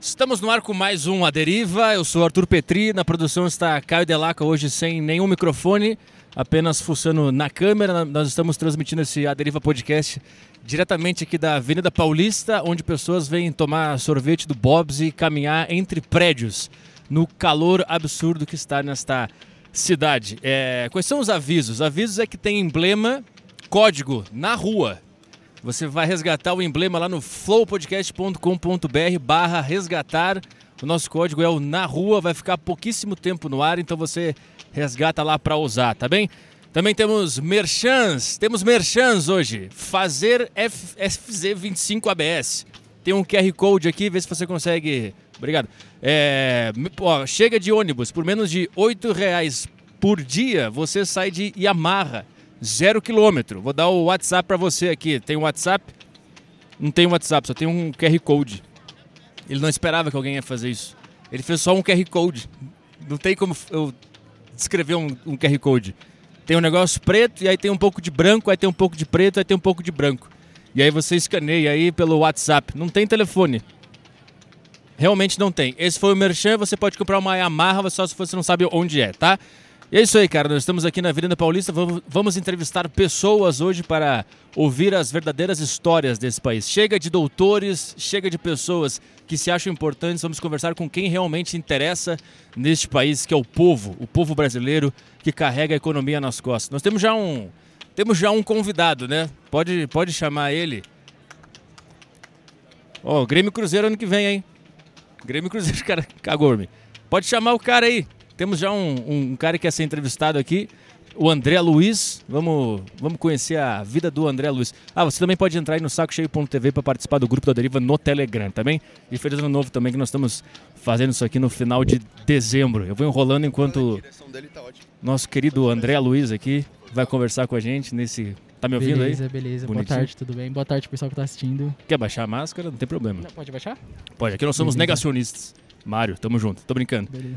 Estamos no ar com mais um A Deriva. Eu sou Arthur Petri. Na produção está Caio Delaca, hoje sem nenhum microfone, apenas fuçando na câmera. Nós estamos transmitindo esse A Deriva Podcast diretamente aqui da Avenida Paulista, onde pessoas vêm tomar sorvete do Bob's e caminhar entre prédios, no calor absurdo que está nesta cidade. É, quais são os avisos? Avisos é que tem emblema, código na rua. Você vai resgatar o emblema lá no flowpodcast.com.br barra resgatar. O nosso código é o na rua, vai ficar pouquíssimo tempo no ar, então você resgata lá para usar, tá bem? Também temos merchans, temos merchans hoje. Fazer F- FZ25 ABS. Tem um QR Code aqui, vê se você consegue. Obrigado. É, me- ó, chega de ônibus, por menos de R$ reais por dia, você sai de Yamaha, zero quilômetro. Vou dar o WhatsApp para você aqui. Tem um WhatsApp? Não tem um WhatsApp, só tem um QR Code. Ele não esperava que alguém ia fazer isso. Ele fez só um QR Code. Não tem como f- eu descrever um, um QR Code. Tem um negócio preto, e aí tem um pouco de branco, aí tem um pouco de preto, aí tem um pouco de branco. E aí você escaneia aí pelo WhatsApp. Não tem telefone. Realmente não tem. Esse foi o Merchan, você pode comprar uma Yamaha só se você não sabe onde é, tá? E é isso aí, cara. Nós estamos aqui na Avenida Paulista. Vamos, vamos entrevistar pessoas hoje para ouvir as verdadeiras histórias desse país. Chega de doutores, chega de pessoas que se acham importantes. Vamos conversar com quem realmente interessa neste país, que é o povo, o povo brasileiro que carrega a economia nas costas. Nós temos já um, temos já um convidado, né? Pode, pode chamar ele. Ó, Grêmio e Cruzeiro ano que vem, hein? Grêmio e Cruzeiro, cara, cagou-me. Pode chamar o cara aí. Temos já um, um- um cara que quer ser entrevistado aqui, o André Luiz. Vamos, vamos conhecer a vida do André Luiz. Ah, você também pode entrar aí no sacocheio.tv para participar do grupo da Deriva no Telegram, tá bem? E feliz ano novo também, que nós estamos fazendo isso aqui no final de dezembro. Eu vou enrolando enquanto direção dele tá ótima. nosso querido André Luiz aqui vai conversar com a gente nesse. Tá me ouvindo beleza, aí? beleza. Bonitinho. Boa tarde, tudo bem? Boa tarde, pessoal que tá assistindo. Quer baixar a máscara? Não tem problema. pode baixar? Pode, aqui nós somos Beleza. negacionistas. Mário, tamo junto, tô brincando. Beleza.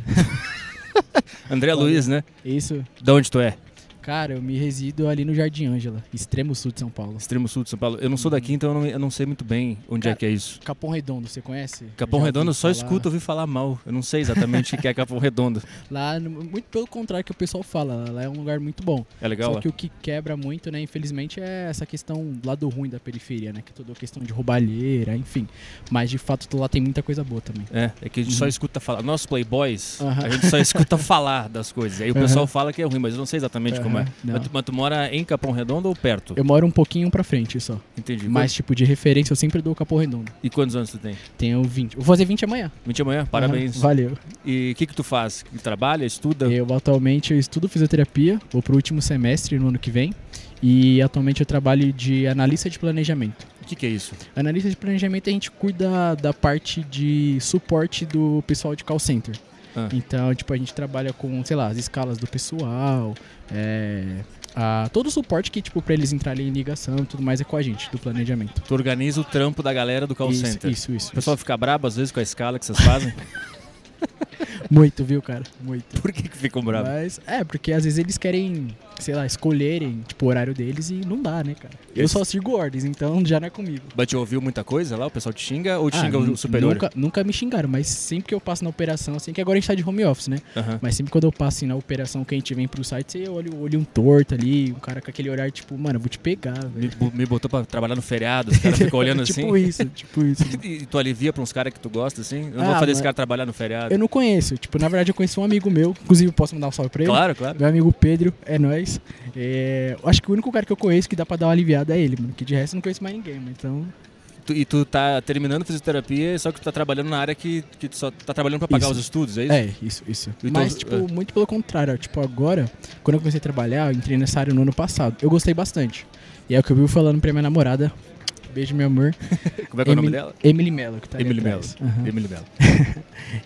André Olha. Luiz, né? É Isso. Da onde tu é? Cara, eu me resido ali no Jardim Ângela, extremo sul de São Paulo. Extremo sul de São Paulo. Eu não sou daqui, então eu não, eu não sei muito bem onde é Uhum. Cara, que é isso. Capão Redondo, você conhece? Capão Já Redondo, eu ouvi só falar. escuto ouvir falar mal. Eu não sei exatamente o que é Capão Redondo. Lá, no- muito pelo contrário que o pessoal fala, lá é um lugar muito bom. É legal? Só lá? que o que quebra muito, né, infelizmente, é essa questão do lado ruim da periferia, né? Que é toda questão de roubalheira, enfim. Mas de fato lá tem muita coisa boa também. É, é que a gente só escuta falar. Nós playboys, Uhum. Aham. a gente só escuta falar das coisas. Aí o Aham. pessoal fala que é ruim, mas eu não sei exatamente como é. Aham, não. Mas tu, mas tu mora em Capão Redondo ou perto? Eu moro um pouquinho pra frente só. Entendi. Mas, tipo, de referência, eu sempre dou o Capão Redondo. E quantos anos tu tem? Tenho 20. Vou fazer 20 amanhã. 20 amanhã? Parabéns. Aham, Valeu. E o que que tu faz? Que Trabalha, estuda? Eu atualmente eu estudo fisioterapia, vou pro último semestre no ano que vem. E atualmente eu trabalho de analista de planejamento. O que que é isso? Analista de planejamento a gente cuida da parte de suporte do pessoal de call center. Ah. Então, tipo, a gente trabalha com, sei lá, as escalas do pessoal, é, a- todo o suporte que, tipo, pra eles entrarem em ligação e tudo mais é com a gente, do planejamento. Tu organiza o trampo da galera do call isso, center. Isso, isso. O pessoal fica brabo às vezes com a escala que vocês fazem? isso. Muito, viu, cara? Muito. Por que que ficam brabo? Mas é, porque às vezes eles querem, sei lá, escolherem, tipo, o horário deles e não dá, né, cara? Eu Esse- só sigo ordens, então já não é comigo. Mas te ouviu muita coisa lá? O pessoal te xinga ou te Ah, xinga o nu- superior? Nunca, nunca me xingaram, mas sempre que eu passo na operação, assim, que agora a gente tá de home office, né? Aham. Mas sempre quando eu passo assim, na operação que a gente vem pro site, eu olho, olho um torto ali, um cara com aquele olhar, tipo, mano, eu vou te pegar, Me, velho. bo- me botou pra trabalhar no feriado, os caras ficam olhando tipo assim. isso, tipo isso. E tu alivia pra uns caras que tu gosta, assim? Eu não vou Ah, fazer esse mas- cara trabalhar no feriado. eu não conheço, tipo, na verdade eu conheço um amigo meu, inclusive posso mandar um salve pra ele? Claro, claro. Meu amigo Pedro, é nóis. É, eu acho que o único cara que eu conheço que dá pra dar uma aliviada é ele, mano. Que de resto eu não conheço mais ninguém, mano. Então. Tu- e tu tá terminando fisioterapia, só que tu tá trabalhando na área que, que tu só tá trabalhando pra pagar Isso. os estudos, é isso? É, isso, isso. Então, Mas, tipo, é. muito pelo contrário. Tipo, agora, quando eu comecei a trabalhar, eu entrei nessa área no ano passado. Eu gostei bastante. E é o que eu vi falando pra minha namorada. Beijo, meu amor. Como é que é o nome Emily- dela? Emily Mello, que tá ali Emily atrás. Aham. Emily Mello.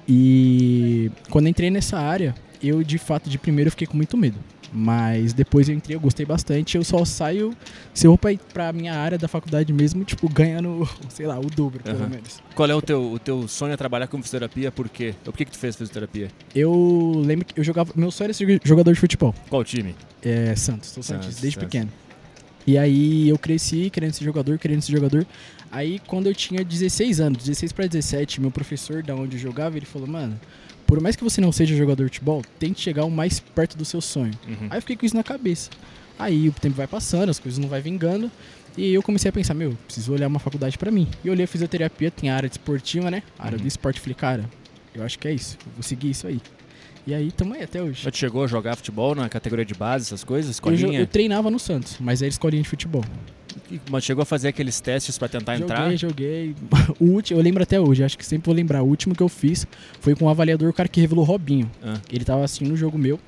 E quando eu entrei nessa área, eu de fato de primeiro eu fiquei com muito medo. Mas depois eu entrei, eu gostei bastante. Eu só saio, se eu vou pra, ir pra minha área da faculdade mesmo, tipo, ganhando, sei lá, o dobro, pelo Aham. menos. Qual é o teu, o teu sonho é trabalhar com fisioterapia? Por quê? Por que, que tu fez fisioterapia? Eu lembro que eu jogava. Meu sonho era ser jogador de futebol. Qual time? É Santos, sou Santista, Santos, desde Santos. pequeno. E aí eu cresci querendo ser jogador, querendo ser jogador. Aí quando eu tinha 16 anos, 16 para 17, meu professor da onde eu jogava, ele falou: "Mano, por mais que você não seja jogador de futebol, tente chegar o mais perto do seu sonho". Uhum. Aí eu fiquei com isso na cabeça. Aí o tempo vai passando, as coisas não vai vingando, e eu comecei a pensar, meu, preciso olhar uma faculdade pra mim. E eu olhei a fisioterapia, tem a área de esportiva, né? A área Uhum. do esporte, falei, cara, eu acho que é isso, eu vou seguir isso aí. E aí tamo aí até hoje. Mas tu chegou a jogar futebol na categoria de base, essas coisas? Eu, jo- Escolinha? eu treinava no Santos, mas era escolinha de futebol. E- Mas chegou a fazer aqueles testes pra tentar entrar? Joguei, joguei. O último, eu lembro até hoje, acho que sempre vou lembrar. O último que eu fiz foi com um avaliador, o cara que revelou Robinho. Ah. Ele tava assistindo o jogo meu.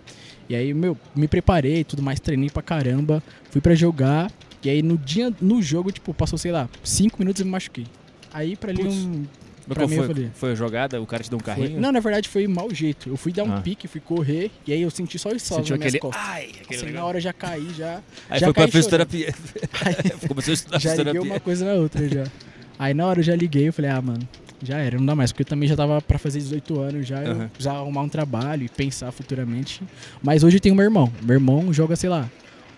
E aí, meu, me preparei e tudo mais, treinei pra caramba. Fui pra jogar. E aí, no dia, no jogo, tipo, passou, sei lá, 5 minutos e me machuquei. Aí, pra ali, Putz. um. Mas pra qual mim, eu foi, falei. foi a jogada? O cara te deu um carrinho? Foi- Não, na verdade, foi mau jeito. Eu fui dar um Ah. pique, fui correr. E aí, eu senti só o sol nas Sentiu minhas aquele... costas. Ai, aquele Assim, na negócio. hora eu já caí, já. Aí já foi pra caí chorando. fisioterapia. Começou a estudar já liguei fisioterapia. uma coisa na outra já. Aí na hora eu já liguei, eu falei, ah, mano, já era, não dá mais, porque eu também já tava pra fazer 18 anos, já eu Aham. precisava arrumar um trabalho e pensar futuramente. Mas hoje eu tenho meu irmão. Meu irmão joga, sei lá,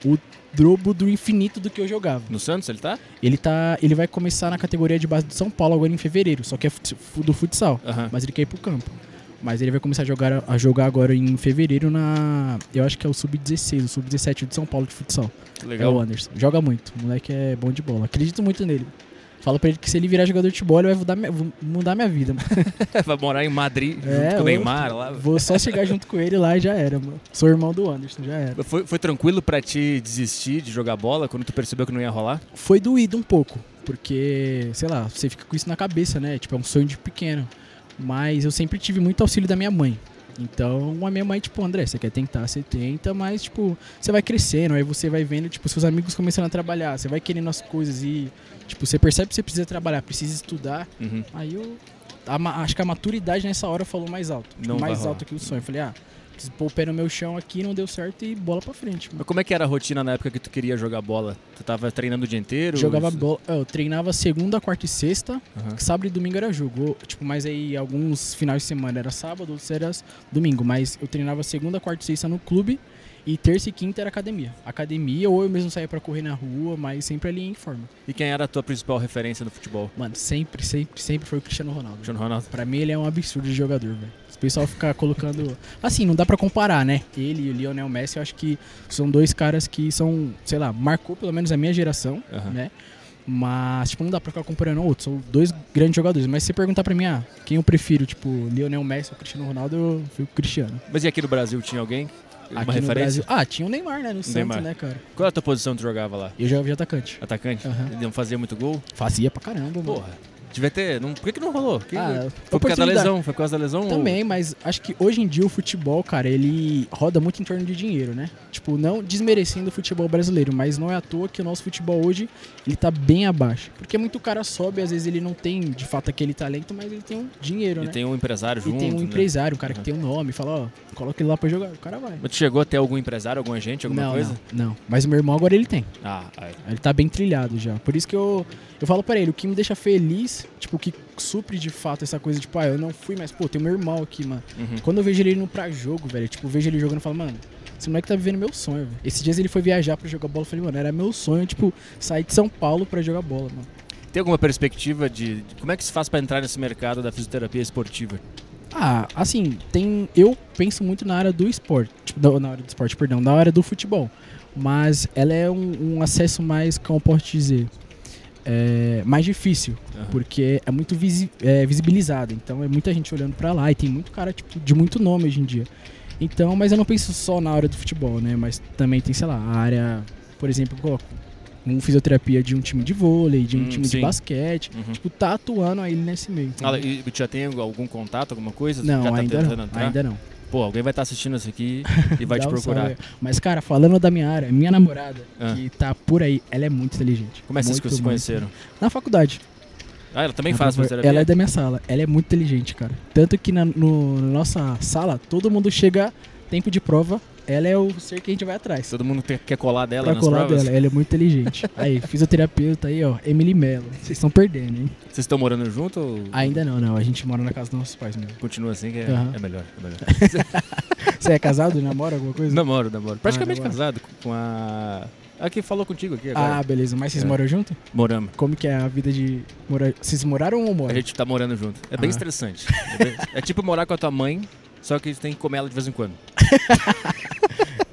o drobo do infinito do que eu jogava. No Santos ele tá? Ele tá. Ele vai começar na categoria de base do São Paulo agora em fevereiro, só que é fut- fu- do futsal. Aham. Mas ele quer ir pro campo. Mas ele vai começar a jogar, a jogar agora em fevereiro na. Eu acho que é o Sub-16, o Sub-17 de São Paulo de futsal. É o Legal. Anderson. Joga muito. O moleque é bom de bola. Acredito muito nele. Falo pra ele que se ele virar jogador de futebol, ele vai mudar minha, vou mudar minha vida. mano. Vai morar em Madrid, É, junto com o outro. Neymar lá. Vou só chegar junto com ele lá e já era, mano. Sou irmão do Anderson, já era. Foi, foi tranquilo pra ti desistir de jogar bola quando tu percebeu que não ia rolar? Foi doído um pouco, porque, sei lá, você fica com isso na cabeça, né? Tipo, é um sonho de pequeno. Mas eu sempre tive muito auxílio da minha mãe. Então, a minha mãe, tipo, André, você quer tentar, você tenta, mas, tipo, você vai crescendo, aí você vai vendo, tipo, seus amigos começando a trabalhar, você vai querendo as coisas e, tipo, você percebe que você precisa trabalhar, precisa estudar, Uhum. Aí eu. a ma- acho que a maturidade nessa hora falou mais alto. Tipo, Não vai mais rolar. alto que o sonho. Eu falei, ah, preciso pôr o pé no meu chão aqui, não deu certo e bola pra frente. mano. Mas como é que era a rotina na época que tu queria jogar bola? Tu tava treinando o dia inteiro? Jogava Isso- bola. Eu treinava segunda, quarta e sexta. Aham. Sábado e domingo era jogo. Ou, Tipo, mas aí alguns finais de semana era sábado, outros era domingo. Mas eu treinava segunda, quarta e sexta no clube. E terça e quinta era academia. Academia, ou eu mesmo saía pra correr na rua, mas sempre ali em forma. E quem era a tua principal referência no futebol? Mano, sempre, sempre, sempre foi o Cristiano Ronaldo. Cristiano Ronaldo. Pra mim ele é um absurdo de jogador, velho. O pessoal fica colocando. Assim, não dá pra comparar, né? Ele e o Lionel Messi, eu acho que são dois caras que são, sei lá, marcou pelo menos a minha geração, Aham. né? Mas, tipo, não dá pra ficar comparando outros. São dois grandes jogadores. Mas se você perguntar pra mim, ah, quem eu prefiro, tipo, Lionel Messi ou Cristiano Ronaldo, eu fico Cristiano. Mas e aqui no Brasil tinha alguém? Uma Aqui no referência? Brasil. Ah, tinha o Neymar, né? No Santos, Neymar. né, cara? Qual era a tua posição que tu jogava lá? Eu jogava de atacante. Atacante? Aham. Ele não fazia muito gol? Fazia pra caramba, mano. Porra, devia ter. Não, por que, que não rolou? Que- Ah, foi por causa da oportunidade. lesão? Foi por causa da lesão? Também, mas acho que hoje em dia o futebol, cara, ele roda muito em torno de dinheiro, né? Tipo, não desmerecendo o futebol brasileiro, mas não é à toa que o nosso futebol hoje, ele tá bem abaixo. Porque muito cara sobe, às vezes ele não tem, de fato, aquele talento, mas ele tem um dinheiro, Ou... E né? tem um empresário junto. e tem um né? empresário, um cara Uhum. que tem um nome, fala, ó, coloca ele lá pra jogar, o cara vai. Mas tu chegou a ter algum empresário, algum agente, alguma não, coisa? não, não. Mas o meu irmão agora ele tem. Ah, aí. Ele tá bem trilhado já. Por isso que eu, eu falo pra ele, o que me deixa feliz, tipo, o que supre de fato essa coisa, tipo, ah, eu não fui, mas, pô, tem meu irmão aqui, mano. Uhum. Quando eu vejo ele indo pra jogo, velho, tipo, eu vejo ele jogando e falo, mano, esse moleque tá vivendo meu sonho, velho. Esses dias ele foi viajar pra jogar bola, eu falei, mano, era meu sonho, tipo, sair de São Paulo pra jogar bola, mano. Tem alguma perspectiva de, de como é que se faz pra entrar nesse mercado da fisioterapia esportiva? Ah, assim, tem. Eu penso muito na área do esporte. Tipo, na, na área do esporte, perdão, na área do futebol. Mas ela é um, um acesso mais, como eu posso te dizer? é, mais difícil, Aham. porque é muito visi, é, visibilizado. Então é muita gente olhando pra lá e tem muito cara tipo, de muito nome hoje em dia. Então, mas eu não penso só na área do futebol, né? Mas também tem, sei lá, a área, por exemplo, eu coloco um fisioterapia de um time de vôlei, de um Hum, time sim. de basquete. Uhum. Tipo, tá atuando aí nesse meio. Ah, e e tu já tem algum contato, alguma coisa? não, já tá ainda, tentando não entrar? ainda não. Pô, alguém vai estar assistindo isso aqui e vai Dá te um procurar. salve. Mas, cara, falando da minha área, minha namorada, Ah. que tá por aí, ela é muito inteligente. Como é que vocês Muito, se muito. conheceram? Na faculdade. Ah, ela também Na faz facu- fisioterapia? Ela é da minha sala. Ela é muito inteligente, cara. Tanto que na no, na nossa sala, todo mundo chega tempo de prova, ela é o ser que a gente vai atrás. Todo mundo te- quer colar dela pra nas colar provas? dela, ela é muito inteligente. aí, fisioterapeuta aí, ó, Emily Mello. Vocês estão perdendo, hein? Vocês estão morando junto ou Ainda não, não. A gente mora na casa dos nossos pais mesmo. continua assim que é, Aham. é melhor? É melhor. Você é casado, namora, alguma coisa? namoro, namoro. Praticamente namoro. casado com a A que falou contigo aqui agora. Ah, beleza. Mas vocês É. moram junto? Moramos. Como que é a vida de morar... Vocês moraram ou A moram? gente tá morando junto. É bem Ah. estressante. É, bem- é tipo morar com a tua mãe, só que tu tem que comer ela de vez em quando.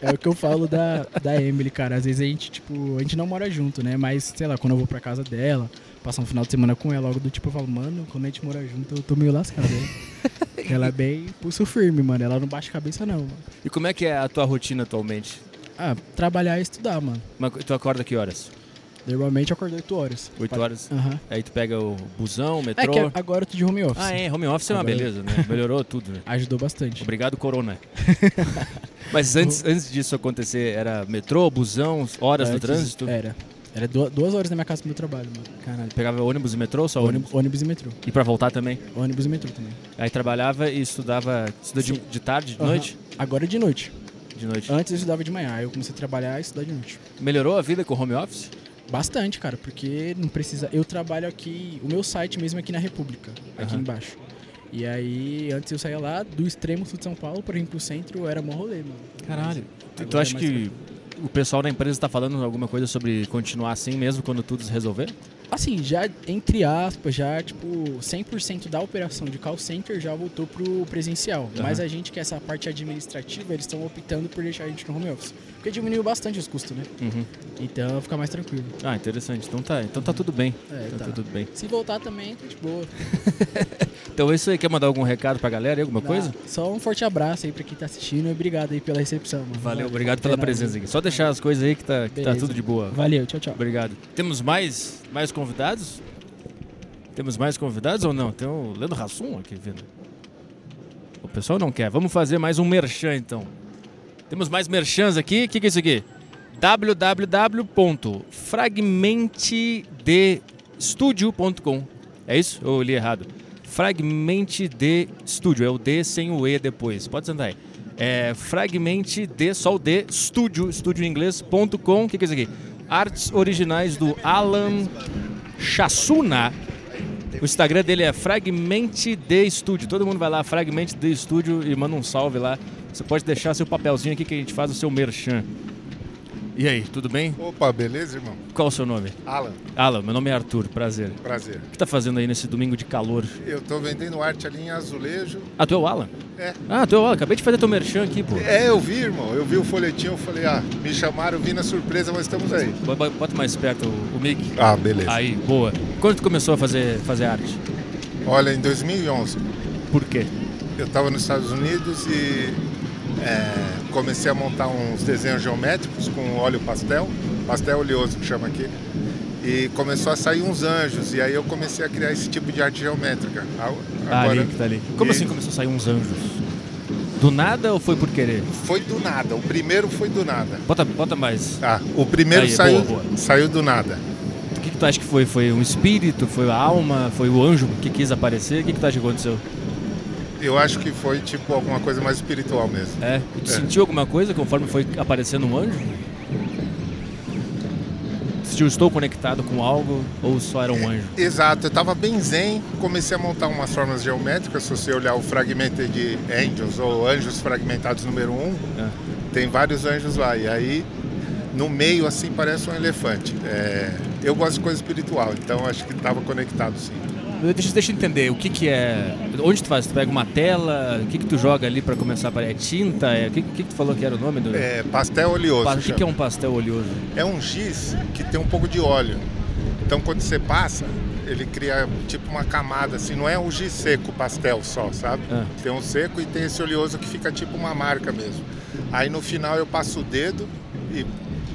É o que eu falo da, da Emily, cara. Às vezes a gente, tipo, a gente não mora junto, né? Mas, sei lá, quando eu vou pra casa dela, passar um final de semana com ela, algo do tipo, eu falo, mano, quando a gente mora junto, eu tô meio lascado, né? ela é bem pulso firme, mano. Ela não baixa a cabeça, não. Mano. E como é que é a tua rotina atualmente? Ah, trabalhar e estudar, mano. Uma co- Tu acorda que horas? Normalmente eu acordo 8 horas. 8 horas? Aham. Aí tu pega o busão, o É metrô. que agora eu tô de home office. Ah, é, home office é uma Agora- beleza, né? Melhorou tudo, né? Ajudou bastante. Obrigado, Corona. Mas antes, antes disso acontecer, era metrô, busão, horas no Antes, é. trânsito? Era. Era du- duas horas na minha casa pro meu trabalho, mano. Caralho, pegava ônibus e metrô, só ônibus? Ônibus, ônibus e metrô. E pra voltar também? Ônibus e metrô também. Aí trabalhava e estudava, estuda de, Sim. de tarde, de Aham. noite? Agora é de noite. De noite. Antes eu estudava de manhã, aí eu comecei a trabalhar e estudar de noite. Melhorou a vida com home office? Bastante, cara, porque não precisa. Eu trabalho aqui, o meu site mesmo é aqui na República, aqui Aham. embaixo. E aí, antes eu saía lá do extremo sul de São Paulo, por exemplo, o centro era mó rolê, mano. Caralho. Tu, tu Agora é acha mais que o pessoal da empresa tá falando alguma coisa sobre continuar assim mesmo quando tudo se resolver? Assim, já, entre aspas, já, tipo, 100% da operação de call center já voltou pro presencial. Aham. Mas a gente, que é essa parte administrativa, eles estão optando por deixar a gente no home office. Porque diminuiu bastante os custos, né? Uhum. Então fica mais tranquilo. Ah, interessante. Então tá, então tá tudo bem. É, Então tá. tá tudo bem. Se voltar também, tá de boa. Então é isso aí. Quer mandar algum recado pra galera? Alguma coisa? Ah, Só um forte abraço aí pra quem tá assistindo e obrigado aí pela recepção, mano. Valeu, obrigado pela É nóis. presença aqui. Só deixar as coisas aí que tá, que tá Beleza. tudo de boa. Valeu, tchau, tchau. Obrigado. Temos mais, mais convidados? Temos mais convidados ou não? Tem o Leandro Rassum aqui vindo. O pessoal não quer. Vamos fazer mais um merchan então. Temos mais merchans aqui. O que, que é isso aqui? www.fragmentedestudio.com É isso? Eu li errado. Fragmente de Studio. É o D sem o E depois. Pode sentar aí. É Fragmente de, só o D, Studio, Studio em inglês, ponto com. O que, que é isso aqui? Artes originais do Alan Chassuna. O Instagram dele é Fragmente de Estúdio. Todo mundo vai lá, Fragmente de Estúdio e manda um salve lá. Você pode deixar seu papelzinho aqui que a gente faz o seu merchan. E aí, tudo bem? Opa, beleza, irmão? Qual o seu nome? Alan, Alan, meu nome é Arthur, prazer. O prazer. que tá fazendo aí nesse domingo de calor? Eu tô vendendo arte ali em azulejo. Ah, tu é o Alan? É. Ah, tu é o Alan, acabei de fazer teu merchan aqui, pô. É, eu vi, irmão. Eu vi o folhetinho, eu falei, ah, me chamaram, vim na surpresa, mas estamos aí. Bo- bo- Bota mais perto o, o mic. Ah, beleza. Aí, boa. Quando tu começou a fazer, fazer arte? Olha, em 2011, Por quê? eu estava nos Estados Unidos e é, comecei a montar uns desenhos geométricos com óleo pastel, pastel oleoso que chama aqui. E começou a sair uns anjos, e aí eu comecei a criar esse tipo de arte geométrica. A- Ah, Agora, ali, que tá ali. Como E- assim começou a sair uns anjos? Do nada ou foi por querer? foi do nada, o primeiro foi do nada. Bota, bota mais. Ah, o primeiro Aí, saiu, boa, boa. saiu do nada. O que, que tu acha que foi? Foi um espírito? Foi a alma? Foi o anjo que quis aparecer? O que, que tu acha que aconteceu? Eu acho que foi tipo alguma coisa mais espiritual mesmo. É? Tu sentiu alguma coisa conforme foi aparecendo um anjo? Sentiu, estou conectado com algo ou só era um anjo? Exato, eu tava bem zen, comecei a montar umas formas geométricas. Se você olhar o fragmento de Angels ou Anjos Fragmentados número 1, um, É. tem vários anjos lá. E aí, no meio, assim, parece um elefante. É, eu gosto de coisa espiritual, então acho que tava conectado sim. É. Deixa, deixa eu entender, o que que é... Onde tu faz? Tu pega uma tela? O que que tu joga ali pra começar a aparecer? É tinta? É, o que, que que tu falou que era o nome do... É, pastel oleoso. Pa- o que, chama. que é um pastel oleoso? é um giz que tem um pouco de óleo. Então quando você passa, ele cria tipo uma camada assim, não é um giz seco pastel só, sabe? É. Tem um seco e tem esse oleoso que fica tipo uma marca mesmo. Aí no final eu passo o dedo e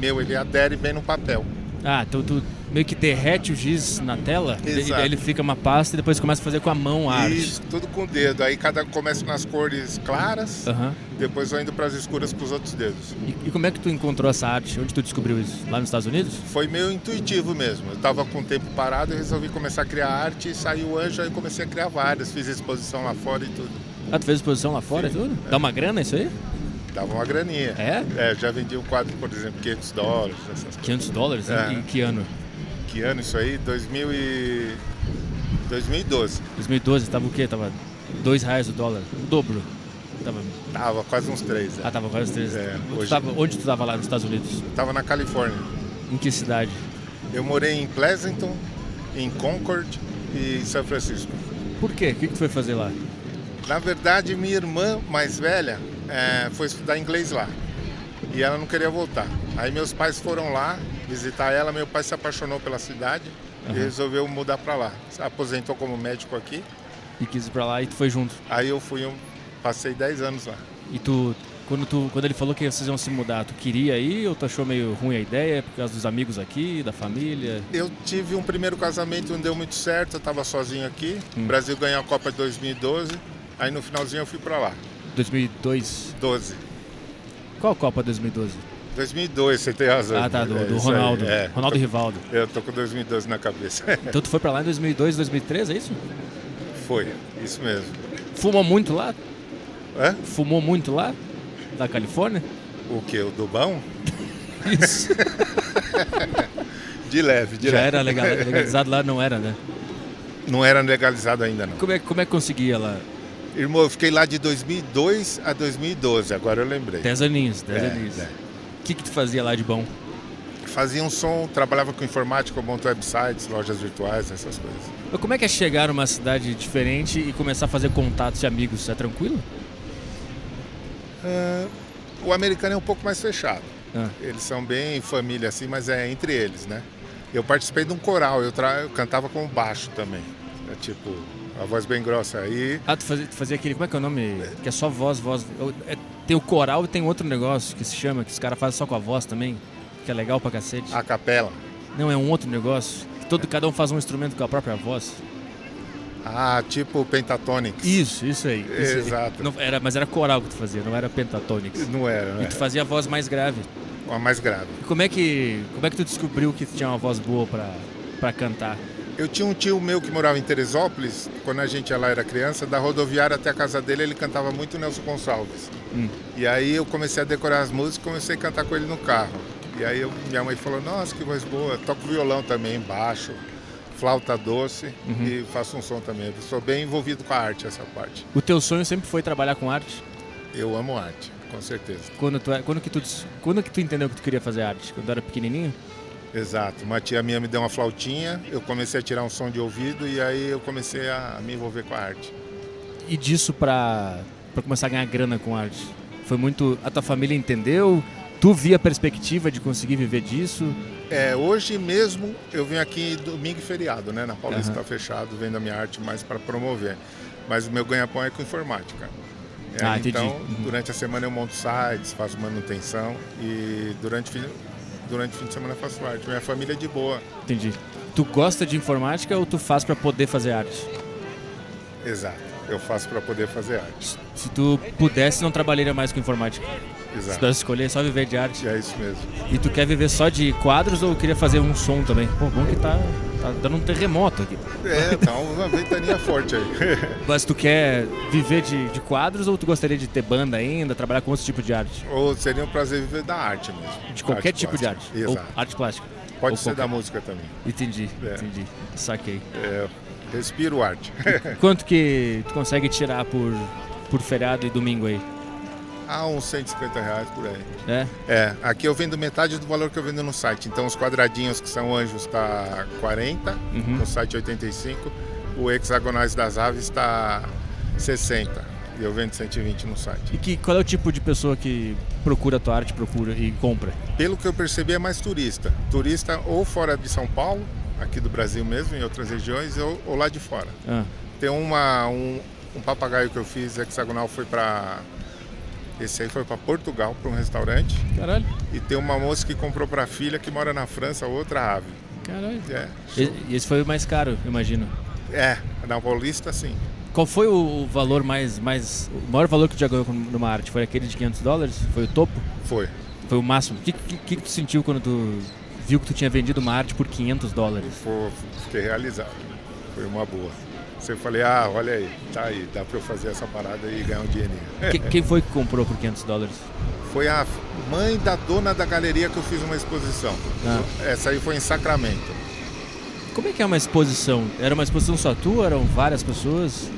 meu, ele adere bem no papel. Ah, então tu meio que derrete o giz na tela, e Exato. daí ele fica uma pasta e depois começa a fazer com a mão a arte. Isso, tudo com o dedo. Aí cada um começa nas cores claras, Aham. depois vai indo para as escuras com os outros dedos. E, e como é que tu encontrou essa arte? Onde tu descobriu isso? Lá nos Estados Unidos? Foi meio intuitivo mesmo. Eu estava com o tempo parado e resolvi começar a criar arte e saiu o anjo, aí comecei a criar várias, fiz exposição lá fora e tudo. Ah, tu fez exposição lá fora e Sim, tudo? Dá uma grana isso aí? Dava uma graninha. É? É, já vendi um quadro, por exemplo, 500 dólares, essas coisas. 500 dólares? É. Em, em que ano? Que ano isso aí? 2000 e... 2012. 2012, tava o quê? Tava 2 reais o dólar, o dobro. Tava, Tava quase uns três. né? ah, tava quase 3. É, Tu hoje- tava- onde tu tava lá nos Estados Unidos? Tava na Califórnia. Em que cidade? Eu morei em Pleasanton, em Concord e em São Francisco. Por quê? O que que tu foi fazer lá? Na verdade, minha irmã mais velha eh, foi estudar inglês lá e ela não queria voltar. Aí meus pais foram lá visitar ela, meu pai se apaixonou pela cidade e resolveu mudar para lá. Se aposentou como médico aqui, E quis ir pra lá e tu foi junto. aí eu fui, um, passei 10 anos lá. E tu, quando, tu, quando ele falou que vocês iam se mudar, tu queria ir ou tu achou meio ruim a ideia por causa dos amigos aqui, da família? Eu tive um primeiro casamento, não deu muito certo, eu estava sozinho aqui. O Hum. Brasil ganhou a Copa de 2012, aí no finalzinho eu fui para lá, 2002. 12. Qual Copa 2012? 2002, você tem razão. Ah, tá, do, É do isso aí, Ronaldo. é. Ronaldo Rivaldo. Eu tô com 2012 na cabeça. Então tu foi pra lá em 2002, 2003, é isso? Foi, isso mesmo. Fumou muito lá? Hã? Fumou muito lá? Da Califórnia? O que? O Dubão? Isso. De leve, de Já leve. era legal- legalizado lá, não era, né? Não era legalizado ainda, não. Como é, como é que conseguia lá? Irmão, eu fiquei lá de 2002 a 2012, agora eu lembrei. Dez aninhos, dez É, aninhos. é. O que, que tu fazia lá de bom? Fazia um som, trabalhava com informática, eu monto websites, lojas virtuais, essas coisas. Mas como é que é chegar numa cidade diferente e começar a fazer contatos e amigos? É tranquilo? Ah, o americano é um pouco mais fechado. Ah. Eles são bem família assim, mas é entre eles, né? Eu participei de um coral, eu, tra- eu cantava com baixo também. É tipo, a voz bem grossa. Aí Ah, tu fazia, tu fazia aquele. Como é que é o nome? Que é só voz, voz. Eu- é- tem o coral e tem outro negócio que se chama, que os caras fazem só com a voz também, que é legal pra cacete. a capela. Não, é um outro negócio. que Todo, cada um faz um instrumento com a própria voz. Ah, tipo Pentatonics. Isso, isso aí. isso aí. Exato. Não, era, mas era coral que tu fazia, não era pentatonics. Não era, E né? tu fazia a voz mais grave. Uma mais grave. E Como é que, como é que tu descobriu que tu tinha uma voz boa pra, pra cantar? Eu tinha um tio meu que morava em Teresópolis, quando a gente ia lá era criança, da rodoviária até a casa dele, ele cantava muito Nelson Gonçalves. Hum. E aí eu comecei a decorar as músicas, comecei a cantar com ele no carro. E aí eu- minha mãe falou: "Nossa, que voz boa, toco violão também, baixo, flauta doce e faço um som também". Eu sou bem envolvido com a arte essa parte. O teu sonho sempre foi trabalhar com arte? Eu amo arte, com certeza. Quando, tu, é- quando, que, tu, des- quando que tu entendeu que tu queria fazer arte? Quando era pequenininho? Exato. Uma tia minha me deu uma flautinha, eu comecei a tirar um som de ouvido e aí eu comecei a me envolver com a arte. E disso pra, pra começar a ganhar grana com arte? Foi muito... A tua família entendeu? Tu via a perspectiva de conseguir viver disso? É, hoje mesmo eu vim aqui domingo e feriado, né? Na Paulista Aham. está fechado, vendo a minha arte mais para promover. Mas o meu ganha-pão é com informática. É, Ah, entendi. então, Uhum. durante a semana eu monto sites, faço manutenção e durante, fi- durante o fim de semana eu faço arte. Minha família é de boa. Entendi. Tu gosta de informática ou tu faz pra poder fazer arte? Exato. Eu faço para poder fazer arte. Se- Se tu pudesse, não trabalharia mais com informática. Se tu Exato. pudesse escolher, só viver de arte. É isso mesmo. E tu quer viver só de quadros ou queria fazer um som também? Pô, bom que tá, tá dando um terremoto aqui. É, tá uma ventania forte aí. Mas tu quer viver de, de quadros ou tu gostaria de ter banda ainda, trabalhar com outro tipo de arte? Ou seria um prazer viver da arte mesmo. De qualquer Arte tipo plástica. de arte. Exato. Ou arte plástica. Pode Ou ser da qualquer- música também. Entendi, É. entendi. Saquei. É, respiro arte. Quanto que tu consegue tirar por, por feriado e domingo aí? Ah, uns 150 reais por aí. É? É, aqui eu vendo metade do valor que eu vendo no site. Então os quadradinhos que são anjos tá 40, Uhum. no site 85, o hexagonais das aves tá 60. E eu vendo 120 no site. E que, qual é o tipo de pessoa que procura a tua arte, procura e compra? Pelo que eu percebi é mais turista. Turista ou fora de São Paulo, aqui do Brasil mesmo, em outras regiões, ou, ou lá de fora. Ah, Tem uma, um, um papagaio que eu fiz hexagonal foi para esse aí foi para Portugal, para um restaurante. caralho, E tem uma moça que comprou para a filha que mora na França outra ave. caralho. É, E, e esse foi o mais caro, eu imagino. é na Paulista sim. Qual foi o o valor mais, mais. O maior valor que tu já ganhou com- numa arte? Foi aquele de 500 dólares? Foi o topo? Foi. Foi o máximo? O que, que, que tu sentiu quando tu viu que tu tinha vendido uma arte por 500 dólares? Foi- Fiquei realizado. Foi uma boa. Você falei, ah, olha aí, tá aí, dá para eu fazer essa parada e ganhar um dinheirinho. Que- quem foi que comprou por 500 dólares? Foi a mãe da dona da galeria que eu fiz uma exposição. Ah. Essa aí foi em Sacramento. Como é que é uma exposição? Era uma exposição só tua? Eram várias pessoas?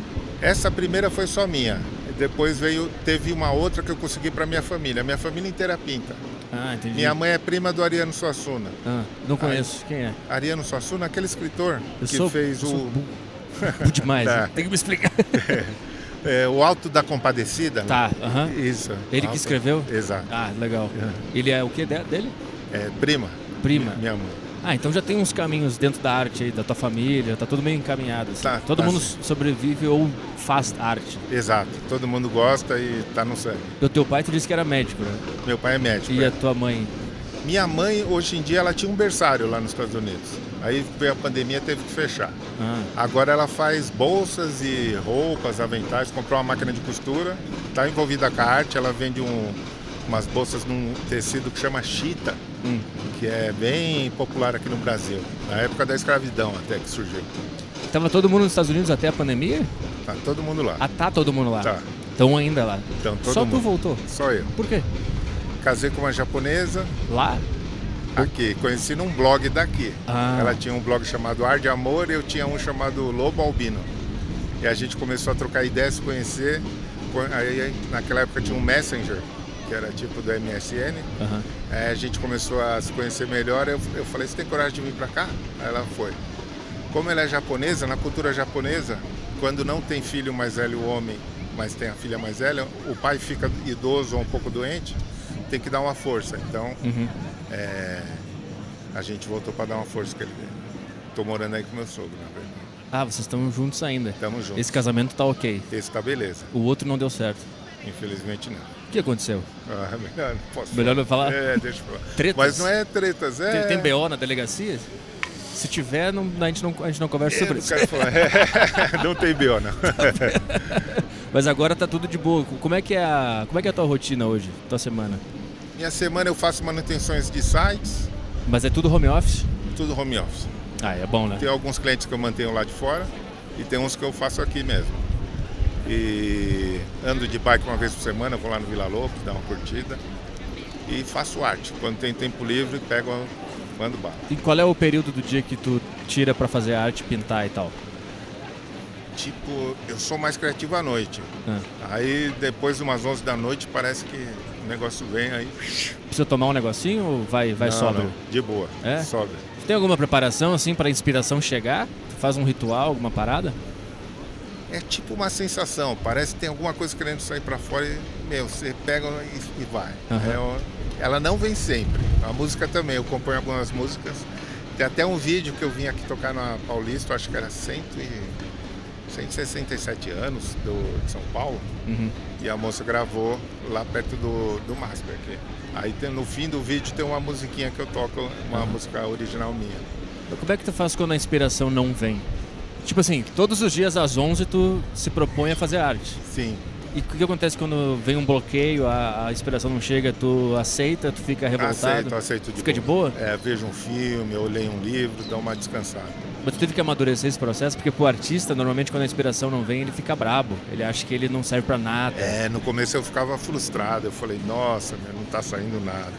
Essa primeira foi só minha. Depois veio, teve uma outra que eu consegui para minha família. Minha família inteira pinta. Ah, entendi. Minha mãe é prima do Ariano Suassuna. Ah, não conheço. Quem é? Ariano Suassuna, aquele escritor Eu que sou- fez sou o, bu- bu demais. Tá. né? Tem que me explicar. é, o Alto da Compadecida. né? Tá, aham. Isso. Ele que Alto- escreveu? Exato. Ah, legal. Ele é o que dele? É, prima, Prima. minha mãe. Ah, então já tem uns caminhos dentro da arte aí, da tua família, tá tudo meio encaminhado. assim. Tá, Todo tá, mundo sim. sobrevive ou faz arte. Exato. Todo mundo gosta e tá no sangue. E o teu pai tu disse que era médico, né? Meu pai é médico. E é. a tua mãe. Minha mãe, hoje em dia, ela tinha um berçário lá nos Estados Unidos. Aí veio a pandemia, teve que fechar. Ah, Agora ela faz bolsas e roupas, aventais, comprou uma máquina de costura, está envolvida com a arte, ela vende um- umas bolsas num tecido que chama chita, hum. que é bem popular aqui no Brasil, na época da escravidão até que surgiu. Tava todo mundo nos Estados Unidos até a pandemia? Tá todo mundo lá. Ah, tá todo mundo lá. Tá. Então ainda lá. Então, todo Só tu mundo. voltou. Só eu. Por quê? Casei com uma japonesa Lá? aqui, conheci num blog daqui. Ah. Ela tinha um blog chamado Ar de Amor e eu tinha um chamado Lobo Albino. E a gente começou a trocar ideias, se conhecer. Co- Aí, aí, naquela época tinha um Messenger, que era tipo do MSN. Aham. Aí É, a gente começou a se conhecer melhor. Eu, eu falei: Você tem coragem de vir pra cá? Aí ela foi. Como ela é japonesa, na cultura japonesa, quando não tem filho mais velho, o homem, mas tem a filha mais velha, o pai fica idoso ou um pouco doente, tem que dar uma força. Então, Uhum. é, a gente voltou para dar uma força que ele deu. Tô morando aí com meu sogro, na verdade. Ah, vocês estão juntos ainda. Tamo junto. Esse Esse... casamento tá ok. tá beleza. O outro não deu certo. Infelizmente não. O que aconteceu? Ah, melhor não posso Melhor não falar? É, deixa eu falar. Tretas? Mas não é tretas, é. Tem, tem BO na delegacia? Se tiver, não- a, gente não, a gente não conversa Eu sobre É, não isso. quero falar. É, não tem BO, não. Mas agora tá tudo de boa. Como é que é a, como é que é a tua rotina hoje, tua semana? Minha semana eu faço manutenções de sites, Mas é tudo home office? tudo home office. Ah, é bom, né? Tem alguns clientes que eu mantenho lá de fora e tem uns que eu faço aqui mesmo. E ando de bike uma vez por semana, vou lá no Vila Lobos, dar uma curtida e faço arte. Quando tem tempo livre, pego, mando bala. E qual é o período do dia que tu tira pra fazer arte, pintar e tal? Tipo, eu sou mais criativo à noite. Ah, É. Aí depois de umas 11 da noite parece que o negócio vem aí. Precisa tomar um negocinho ou vai, vai Não, sóbrio? não, De boa, É? sobra. Tem alguma preparação assim pra inspiração chegar? Tu faz um ritual, alguma parada? É tipo uma sensação, parece que tem alguma coisa querendo sair pra fora e, meu, você pega e, e vai. Aham. É o- ela não vem sempre. A música também, eu componho algumas músicas. Tem até um vídeo que eu vim aqui tocar na Paulista, eu acho que era 100 e, 167 anos do, de São Paulo. Uhum. E a moça gravou lá perto do, do Masper. Aqui. Aí tem- no fim do vídeo tem uma musiquinha que eu toco, uma música original minha. Como é que tu faz quando a inspiração não vem? Tipo assim, todos os dias às 11 tu se propõe a fazer arte. Sim. E o que que acontece quando vem um bloqueio, a, a inspiração não chega, tu aceita, tu fica revoltado? Aceito, aceito de Fica de boa? É, vejo um filme, eu leio um livro, dou uma descansada. Mas tu teve que amadurecer esse processo, porque pro artista, normalmente quando a inspiração não vem, ele fica brabo. Ele acha que ele não serve pra nada. É, no começo eu ficava frustrado, eu falei, nossa, meu, não tá saindo nada.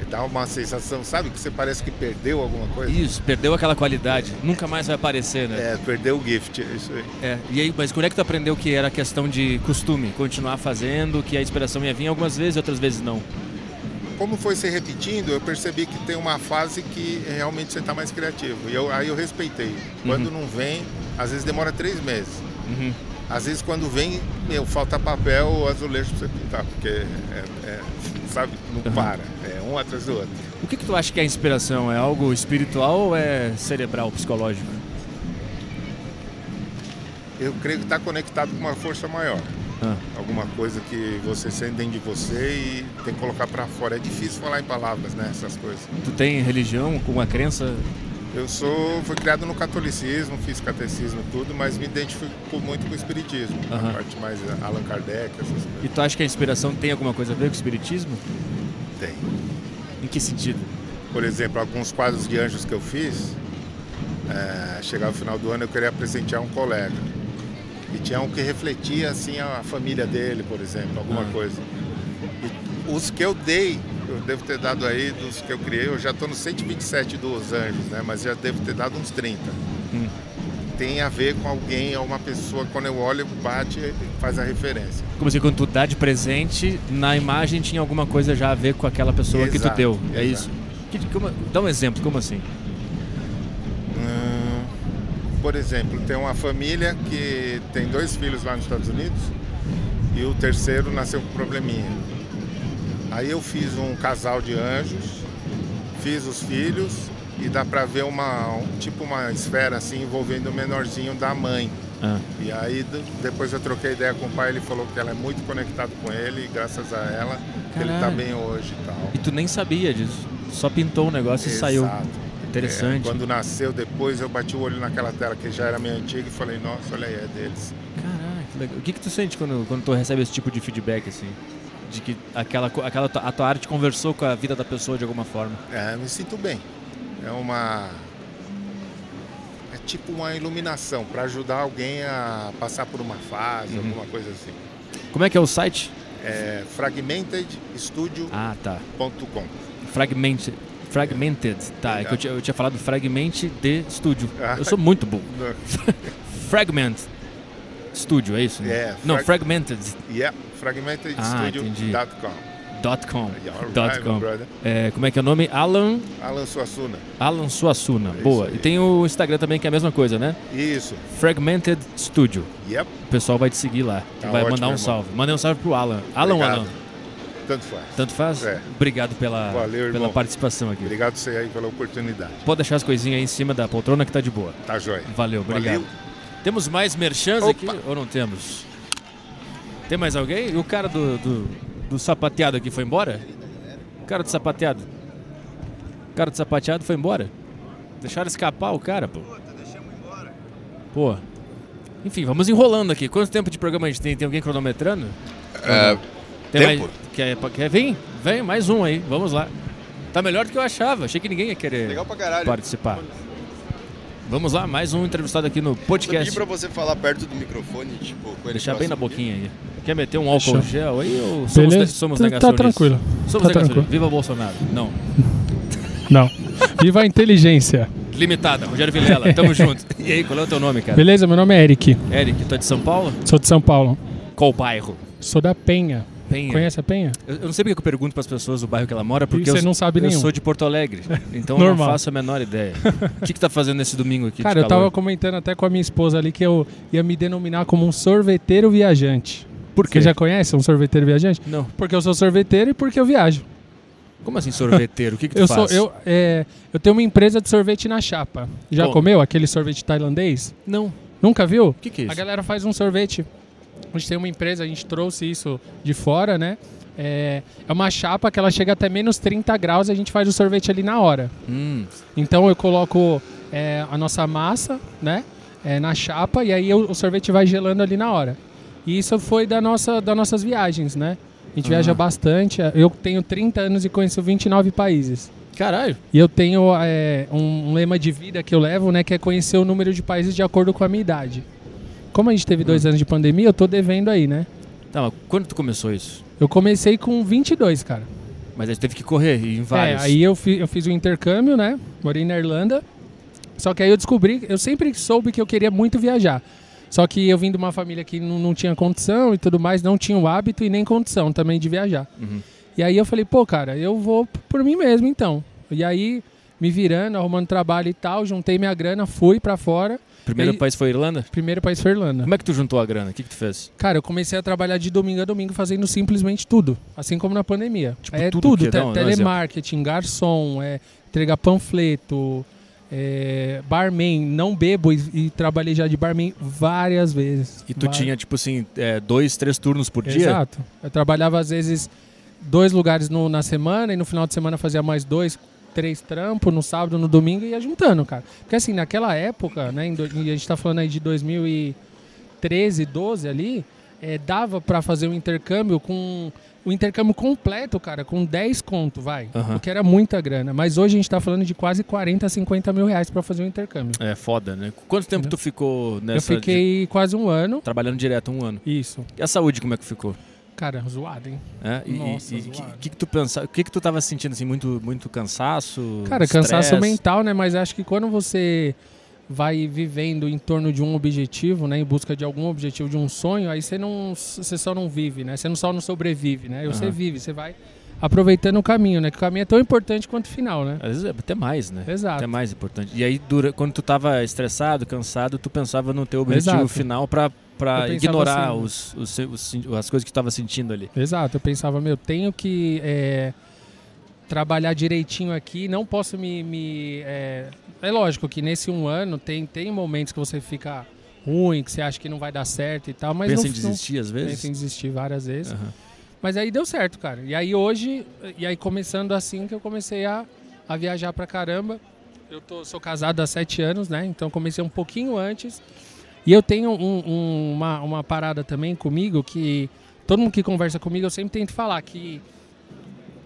E dá uma sensação, sabe, que você parece que perdeu alguma coisa? Isso, perdeu aquela qualidade. Nunca mais vai aparecer, né? É, perdeu o gift, é isso aí. É, e aí, mas quando é que tu aprendeu que era questão de costume? Continuar fazendo, que a inspiração ia vir algumas vezes, outras vezes não. Como foi se repetindo, eu percebi que tem uma fase que realmente você tá mais criativo. E eu- aí eu respeitei. Quando não vem, às vezes demora três meses. Uhum. Às vezes quando vem, meu, falta papel ou azulejo pra você pintar, porque, é- é, sabe, não para. É um atrás do outro. O que, que tu acha que é inspiração? É algo espiritual ou é cerebral, psicológico? Eu creio que está conectado com uma força maior. Ah. Alguma coisa que você sente dentro de você e tem que colocar para fora. É difícil falar em palavras, né? Essas coisas. Tu tem religião, alguma crença? Eu sou, fui criado no catolicismo, fiz catecismo e tudo, mas me identifico muito com o espiritismo. Aham. A parte mais Allan Kardec, essas coisas. E tu acha que a inspiração tem alguma coisa a ver com o espiritismo? Tem. Em que sentido? Por exemplo, alguns quadros de anjos que eu fiz, é, chegava o final do ano eu queria presentear um colega. E tinha um que refletia assim a família dele, por exemplo, alguma Ah. coisa. E os que eu dei, eu devo ter dado aí, dos que eu criei, eu já estou no 127 dos anjos, né? Mas já devo ter dado uns 30. Hum. tem a ver com alguém, alguma pessoa, quando eu olho, bate, faz a referência. Como assim, quando tu dá de presente, na imagem tinha alguma coisa já a ver com aquela pessoa que tu Exato, deu. É exato. isso. Que- como- dá um exemplo, como assim? Hum, Por exemplo, tem uma família que tem dois filhos lá nos Estados Unidos e o terceiro nasceu com probleminha. Aí eu fiz um casal de anjos, fiz os filhos e dá pra ver uma um- tipo uma esfera assim envolvendo o menorzinho da mãe. Ah, E aí do- depois eu troquei ideia com o pai, ele falou que ela é muito conectado com ele e graças a ela que ele tá Caralho. bem hoje e tal. e tu nem sabia disso. Só pintou um negócio e saiu. Exato. Interessante. É, quando nasceu depois, eu bati o olho naquela tela que já era meio antiga e falei, nossa, olha aí, é deles. Caraca, que legal. O que, que tu sente quando, quando tu recebe esse tipo de feedback, assim? De que aquela, co- aquela tua- a tua arte conversou com a vida da pessoa de alguma forma. É, eu me sinto bem. É uma. É tipo uma iluminação para ajudar alguém a passar por uma fase, Uhum. alguma coisa assim. Como é que é o site? É fragmentedstudio.com. Ah, tá. Fragmented. Fragmented. Tá, é que eu, tinha- eu tinha falado Fragment de Studio. Ah. Eu sou muito bom. Fragment Studio, é isso? né? É, Não, frag- fragmented.com. Ah, Yeah, entendi. fragmentedstudio.com. Dot com. brother. É, como é que é o nome? Alan, Alan Suassuna. Alan Suassuna. É isso Boa. aí. E tem o Instagram também que é a mesma coisa, né? Isso. Fragmented Studio. Yep. O pessoal vai te seguir lá. Tá vai ótimo, mandar um irmão. salve. Mandei um salve pro Alan. Alan ou Obrigado. Alan? Tanto faz. Tanto faz? É. Obrigado pela, Valeu, pela irmão. participação aqui. Obrigado você aí pela oportunidade. Pode deixar as coisinhas aí em cima da poltrona que tá de boa. Tá joia. Valeu, obrigado. Valeu. Temos mais merchans Opa. aqui ou não temos? Tem mais alguém? E o cara do, do, do sapateado aqui foi embora? O cara do sapateado? O cara do sapateado foi embora? Deixaram escapar o cara, pô. Pô. Enfim, vamos enrolando aqui. Quanto tempo de programa a gente tem? Tem alguém cronometrando? É, Tem Tempo? mais- Quer, quer vir? Vem, mais um aí. Vamos lá. Tá melhor do que eu achava. Achei que ninguém ia querer legal pra caralho. participar. Vamos lá, mais um entrevistado aqui no Eu pedi podcast. pra você falar perto do microfone, tipo, com ele Deixar bem próximo na aqui. boquinha aí. Quer meter um álcool Deixa. gel aí ou somos, Beleza? ne- somos Tá- negacionistas? Tá tranquilo. Somos tá tranquilo. negacionistas. Viva Bolsonaro. Não. Não. Viva a inteligência. Limitada, Rogério Vilela. Tamo junto. E aí, qual é o teu nome, cara? Beleza? Meu nome é Eric. Eric, tu é de São Paulo? Sou de São Paulo. Qual bairro? Sou da Penha. Penha. Conhece a Penha? Eu, eu não sei porque que eu pergunto pras pessoas o bairro que ela mora, porque você eu, não sabe eu nenhum. sou de Porto Alegre. Então eu não Normal. faço a menor ideia. O que, que tá fazendo nesse domingo aqui? de Cara, eu calor? tava comentando até com a minha esposa ali que eu ia me denominar como um sorveteiro viajante. Por quê? Você já conhece um sorveteiro viajante? Não. Porque eu sou sorveteiro e porque eu viajo. Como assim sorveteiro? O que, que tu eu faz? eu, é, eu tenho uma empresa de sorvete na chapa. Já Bom. comeu aquele sorvete tailandês? Não. O Nunca viu? que, que é isso? A galera faz um sorvete. A gente tem uma empresa, a gente trouxe isso de fora, né? É, é uma chapa que ela chega até menos 30 graus e a gente faz o sorvete ali na hora. Hum, Então eu coloco é, a nossa massa, né? é, na chapa e aí eu- o sorvete vai gelando ali na hora. E isso foi da nossa, das nossas viagens, né? A gente Ah. viaja bastante. Eu tenho 30 anos e conheço 29 países. caralho. E eu tenho é, um, um lema de vida que eu levo, né? Que é conhecer o número de países de acordo com a minha idade. Como a gente teve dois anos de pandemia, eu tô devendo aí, né? Tá, mas quando tu começou isso? Eu comecei com 22, cara. Mas aí tu teve que correr e ir em vários. É, aí eu, fi- eu fiz um intercâmbio, né? Morei na Irlanda. Só que aí eu descobri, eu sempre soube que eu queria muito viajar. Só que eu vim de uma família que não, não tinha condição e tudo mais, não tinha o hábito e nem condição também de viajar. Uhum. E aí eu falei, pô, cara, eu vou p- por mim mesmo então. E aí, me virando, arrumando trabalho e tal, juntei minha grana, fui pra fora. Primeiro aí- país foi a Irlanda? Primeiro país foi a Irlanda. Como é que tu juntou a grana? O que, que tu fez? Cara, eu comecei a trabalhar de domingo a domingo fazendo simplesmente tudo. Assim como na pandemia. Tipo, é tudo tudo, o quê? te- Dá um- dá um telemarketing, garçom, é, entregar panfleto, é, barman, não bebo e, e trabalhei já de barman várias vezes. E tu Va- tinha, tipo assim, é, dois, três turnos por dia? Exato. Eu trabalhava às vezes dois lugares no- na semana e no final de semana fazia mais dois, três trampos, no sábado, no domingo e ia juntando, cara. Porque assim, naquela época, né, em do- e a gente tá falando aí de 2013, 12 ali, eh, dava pra fazer um intercâmbio com o intercâmbio completo, cara, com 10 conto, vai. Aham. O que era muita grana. Mas hoje a gente tá falando de quase 40, 50 mil reais pra fazer um intercâmbio. É foda, né? Quanto tempo tu ficou nessa... Eu fiquei quase um ano. de- Trabalhando direto, um ano. Isso. E a saúde, como é que ficou? Cara, zoado, hein? É? E, Nossa, e, e que, zoado. que que tu pensa... O que que tu tava sentindo, assim, muito, muito cansaço? Cara, cansaço estresse? mental, né? Mas acho que quando você vai vivendo em torno de um objetivo, né, em busca de algum objetivo, de um sonho, aí você não, você só não vive, né? Você não só não sobrevive, né? Você Aham. vive, você vai aproveitando o caminho, né? Que o caminho é tão importante quanto o final, né? Às vezes é até mais, né? Exato. Até mais importante. E aí, dura, quando tu tava estressado, cansado, tu pensava no teu objetivo Exato. final pra, pra Eu pensava ignorar assim, né? os, os, se- os sen- as coisas que tu tava sentindo ali. Exato, eu pensava, meu, tenho que é, trabalhar direitinho aqui, não posso me. me, é... é lógico que nesse um ano tem, tem momentos que você fica ruim, que você acha que não vai dar certo e tal, mas Pensa não, em desistir às não, vezes. pensa em desistir várias vezes. Aham. Mas aí deu certo, cara. E aí hoje, e aí começando assim que eu comecei a, a viajar pra caramba. Eu tô- sou casado há sete anos, né? Então comecei um pouquinho antes. E eu tenho um- um- uma, uma parada também comigo que todo mundo que conversa comigo, eu sempre tento falar que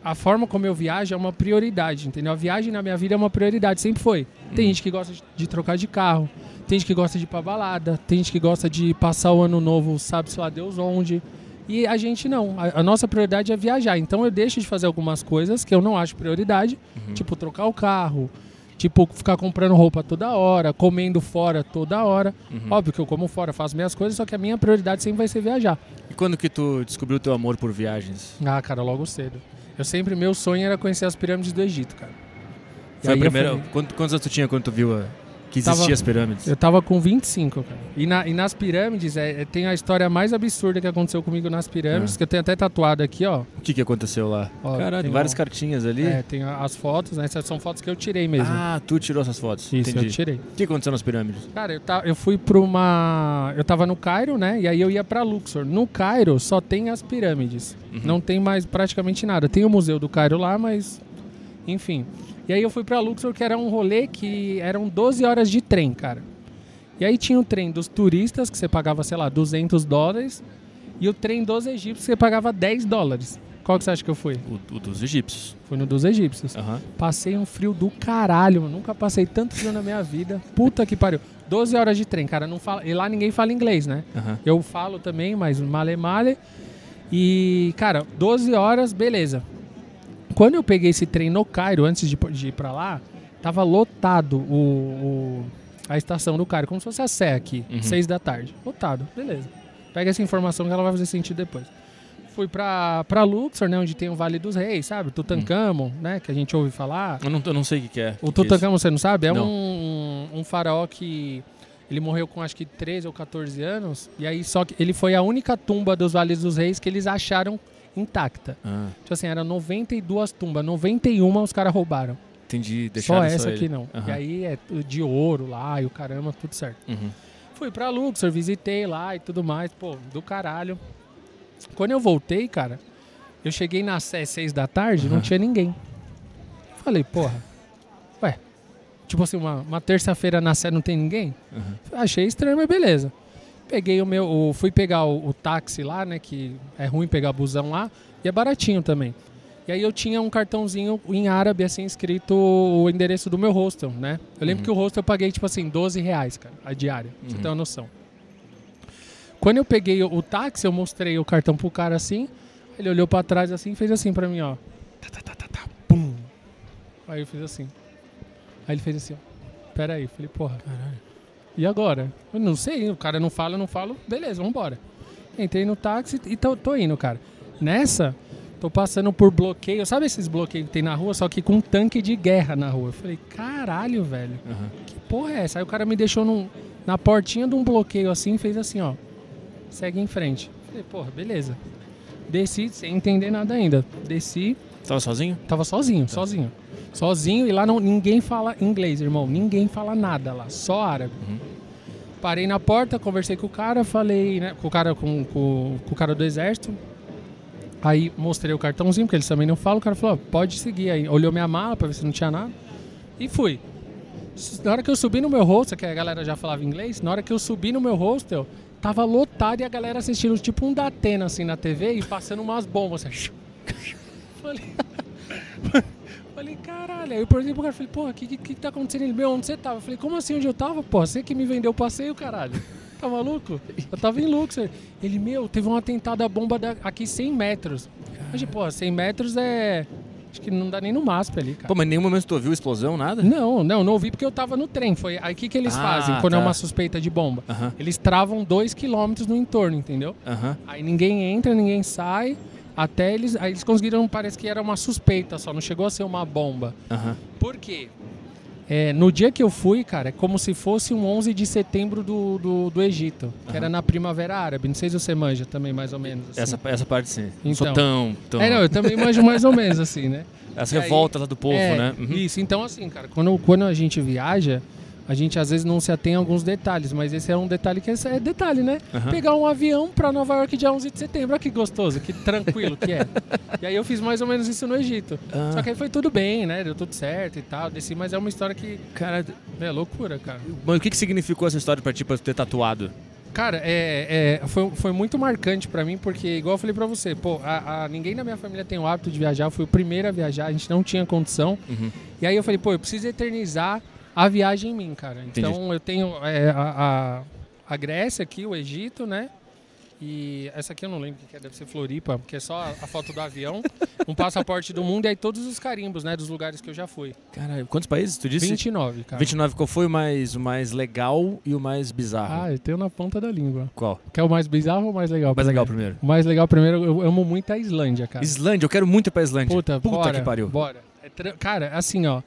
a forma como eu viajo é uma prioridade, entendeu? A viagem na minha vida é uma prioridade, sempre foi. Uhum. Tem gente que gosta de- de trocar de carro, tem gente que gosta de ir pra balada, tem gente que gosta de passar o ano novo, sabe-se lá Deus onde. E a gente não. A, a nossa prioridade é viajar. Então eu deixo de fazer algumas coisas que eu não acho prioridade, tipo trocar o carro, tipo ficar comprando roupa toda hora, comendo fora toda hora. Óbvio que eu como fora, faço minhas coisas, só que a minha prioridade sempre vai ser viajar. E quando que tu descobriu o teu amor por viagens? Ah, cara, logo cedo. Eu sempre, meu sonho era conhecer as pirâmides do Egito, cara. E Foi a aí eu primeira. falei- Quanto- quantos anos tu tinha quando tu viu a- que Tava- existiam as pirâmides? Eu tava com 25, cara. E, na- e nas pirâmides, é, é- tem a história mais absurda que aconteceu comigo nas pirâmides, Ah. que eu tenho até tatuado aqui, ó. O que que aconteceu lá? Ó, Caralho, tem várias um- cartinhas ali. É, tem a- as fotos, né? Essas são fotos que eu tirei mesmo. Ah, tu tirou essas fotos. Isso, eu Entendi. tirei. O que aconteceu nas pirâmides? Cara, eu, ta- eu fui pra uma. Eu tava no Cairo, né? E aí eu ia pra Luxor. No Cairo só tem as pirâmides. Não tem mais praticamente nada. Tem o Museu do Cairo lá, mas. Enfim. E aí eu fui pra Luxor, que era um rolê que eram 12 horas de trem, cara. E aí tinha o trem dos turistas, que você pagava, sei lá, 200 dólares. E o trem dos egípcios, que você pagava 10 dólares. Qual que você acha que eu fui? O, o dos egípcios. Fui no dos egípcios. Aham. Passei um frio do caralho, mano. Nunca passei tanto frio na minha vida. Puta que pariu. 12 horas de trem, cara. Não fala... E lá ninguém fala inglês, né? Aham. Eu falo também, mas male male. E, cara, 12 horas, beleza. Quando eu peguei esse trem no Cairo, antes de, de ir pra lá, tava lotado o, o- a estação do Cairo, como se fosse a Sé aqui, Uhum. 6 da tarde. Lotado, beleza. Pega essa informação que ela vai fazer sentido depois. Fui pra, pra Luxor, né, onde tem o Vale dos Reis, sabe? Tutankhamon, né, que a gente ouve falar. Eu, não, eu não sei o que, que é. O que que é isso. Tutankhamon, você não sabe? É Não. Um, um faraó que. Ele morreu com acho que 13 ou 14 anos. E aí só que ele foi a única tumba dos Vales dos Reis que eles acharam intacta. Ah, Tipo assim, eram 92 tumbas, 91 os caras roubaram. entendi. Deixaram só essa ele. aqui não. Aham. E aí é tu- de ouro lá e o caramba, tudo certo. Uhum. Fui pra Luxor, visitei lá e tudo mais, pô, do caralho. Quando eu voltei, cara, eu cheguei na Sé 6 da tarde, não Aham. tinha ninguém. Falei, porra, ué, tipo assim, uma, uma terça-feira na Sé não tem ninguém? Aham. Achei estranho, mas beleza. Peguei o meu, o- fui pegar o, o táxi lá, né, que é ruim pegar busão lá, e é baratinho também. E aí eu tinha um cartãozinho em árabe, assim, escrito o endereço do meu hostel, né? Eu lembro que o hostel eu paguei, tipo assim, 12 reais, cara, a diária, pra você ter uma noção. Quando eu peguei o, o táxi, eu mostrei o cartão pro cara, assim, ele olhou pra trás, assim, e fez assim pra mim, ó. Tá, tá, tá, tá, tá, pum. Aí eu fiz assim. Aí ele fez assim, ó. Pera aí, eu falei, porra, caralho. E agora? Eu não sei, o cara não fala, eu não falo, beleza, vambora. Entrei no táxi e tô, tô indo, cara. Nessa, tô passando por bloqueio. Sabe esses bloqueios que tem na rua, só que com um tanque de guerra na rua? Eu falei, caralho, velho. Aham. Que porra é essa? Aí o cara me deixou num- na portinha de um bloqueio assim, fez assim, ó. Segue em frente. Falei, porra, beleza. Desci sem entender nada ainda. Desci, Tava sozinho? Tava sozinho, sozinho. Sozinho e lá não, ninguém fala inglês, irmão. Ninguém fala nada lá, só árabe. Parei na porta, conversei com o cara, falei, né, com o cara, com, com- com o cara do exército. Aí mostrei o cartãozinho, porque eles também não falam. O cara falou, ó, pode seguir aí. Olhou minha mala pra ver se não tinha nada. E fui. S- Na hora que eu subi no meu hostel, que a galera já falava inglês, na hora que eu subi no meu hostel, tava lotado e a galera assistindo tipo um Datena assim na TV e passando umas bombas. Assim, falei, Falei, caralho. Aí eu perguntei pro cara, falei, porra, o que, que, que tá acontecendo? Ele, meu, onde você tava? Eu falei, como assim onde eu tava, porra? Você que me vendeu o passeio, caralho. Tá maluco? Eu tava em Luxor. Ele, meu, teve um atentado à bomba da- aqui 100 metros. Mas, porra, 100 metros é Acho que não dá nem no MASP ali, cara. Pô, mas em nenhum momento tu ouviu explosão, nada? Não, não, não ouvi porque eu tava no trem. Foi aí que, que eles Ah, fazem quando é tá. uma suspeita de bomba. Aham, Eles travam dois quilômetros no entorno, entendeu? aham. Aí ninguém entra, ninguém sai. Até eles. Aí eles conseguiram, parece que era uma suspeita só, não chegou a ser uma bomba. Aham. Por quê? É, no dia que eu fui, cara, é como se fosse um 11 de setembro do, do, do Egito, que era na Primavera Árabe. Não sei se você manja também, mais ou menos. assim. Essa, essa parte sim. Não Sou Então. tão. tão- É, não, eu também manjo mais ou menos assim, né? As E aí- revoltas lá do povo, É, né? Uhum. Isso, então assim, cara, quando, quando a gente viaja, a gente às vezes não se atém a alguns detalhes, mas esse é um detalhe que é é detalhe, né? Aham. Pegar um avião pra Nova York dia 11 de setembro, olha que gostoso, que tranquilo que é. e aí eu fiz mais ou menos isso no Egito. Ah. Só que aí foi tudo bem, né? Deu tudo certo e tal, desci, mas é uma história que, Cara, é loucura, cara. mas o que, que significou essa história pra ti pra tu ter tatuado? Cara, é, é, foi, foi muito marcante pra mim, porque, igual eu falei pra você, pô, a, a- ninguém na minha família tem o hábito de viajar, eu fui o primeiro a viajar, a gente não tinha condição. Uhum. E aí eu falei, pô, eu preciso eternizar a viagem em mim, cara. Então eu tenho é, a, a, a Grécia aqui, o Egito, né? E essa aqui eu não lembro o que que é, deve ser Floripa, porque é só a, a foto do avião, um passaporte do mundo e aí todos os carimbos, né, dos lugares que eu já fui. Cara, quantos países tu disse? 29, cara. 29. Qual foi o mais, o mais legal e o mais bizarro? Ah, eu tenho na ponta da língua. Qual? Quer o mais bizarro ou o mais legal? O mais legal primeiro? primeiro. O mais legal primeiro, eu amo muito a Islândia, cara. Islândia, eu quero muito ir pra Islândia. Puta, bora, que pariu. Bora. É tra- Cara, assim, ó.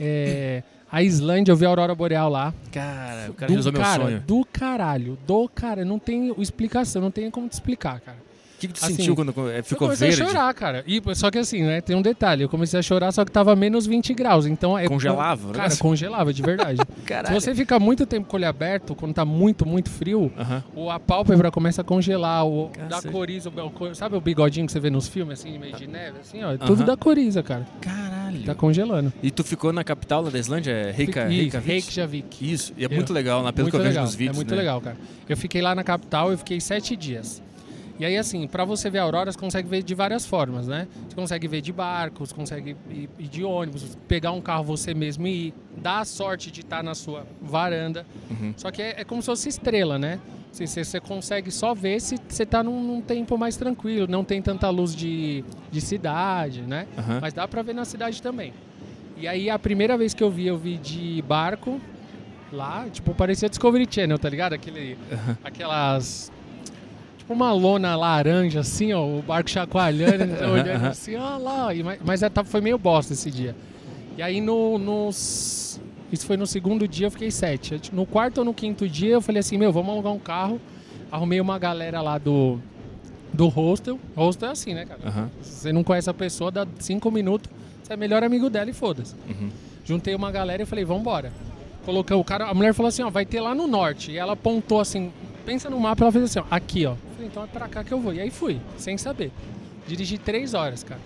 é, A Islândia, eu vi a Aurora Boreal lá. Cara, o cara do realizou meu cara, sonho. Do caralho, do cara. Não tem explicação, não tem como te explicar, cara. O que, que tu assim, sentiu quando eh, ficou eu comecei verde? a chorar, cara. E, só que assim, né? Tem um detalhe. Eu comecei a chorar, só que tava menos 20 graus. Então é. Congelava, né? Cara, congelava, de verdade. Se Caralho. você fica muito tempo com o olho aberto, quando tá muito, muito frio, Aham. o, a pálpebra começa a congelar, o, da Cacete. coriza, o, o- sabe o bigodinho que você vê nos filmes, assim, de meio de neve, assim, ó, é Aham. tudo da coriza, cara. Caralho. Tá congelando. E tu ficou na capital lá da Islândia? É Reykja- Isso, Reykjavik? Reykjavik. Isso, e é Eu- muito legal, lá pelo que eu vejo legal, nos vídeos. É muito né? legal, cara. Eu fiquei lá na capital, eu fiquei sete dias. E aí, assim, pra você ver a aurora, você consegue ver de várias formas, né? Você consegue ver de barco, você consegue ir, ir de ônibus, pegar um carro você mesmo e ir. Dá a sorte de estar na sua varanda. Uhum. Só que é, é como se fosse estrela, né? Assim, Você você consegue só ver se você tá num, num tempo mais tranquilo, não tem tanta luz de, de cidade, né? Aham. Mas dá pra ver na cidade também. E aí a primeira vez que eu vi, eu vi de barco lá, tipo, parecia Discovery Channel, tá ligado? Aquele, Aquelas. Tipo uma lona laranja, assim, ó, o barco chacoalhando, eles olhando assim, ó lá. E, mas mas é, tá- foi meio bosta esse dia. E aí no, nos. Isso foi no segundo dia, eu fiquei sete. No quarto ou no quinto dia, eu falei assim, meu, vamos alugar um carro. Arrumei uma galera lá do. Do hostel. Hostel é assim, né, cara? Aham. Se você não conhece a pessoa, dá cinco minutos, você é melhor amigo dela e foda-se. Uhum. Juntei uma galera e falei, vambora. Coloquei o cara, a mulher falou assim, ó, vai ter lá no norte. E ela apontou assim, pensa no mapa, ela fez assim, ó, aqui, ó. Falei, então é pra cá que eu vou. E aí fui, sem saber. Dirigi três horas, cara.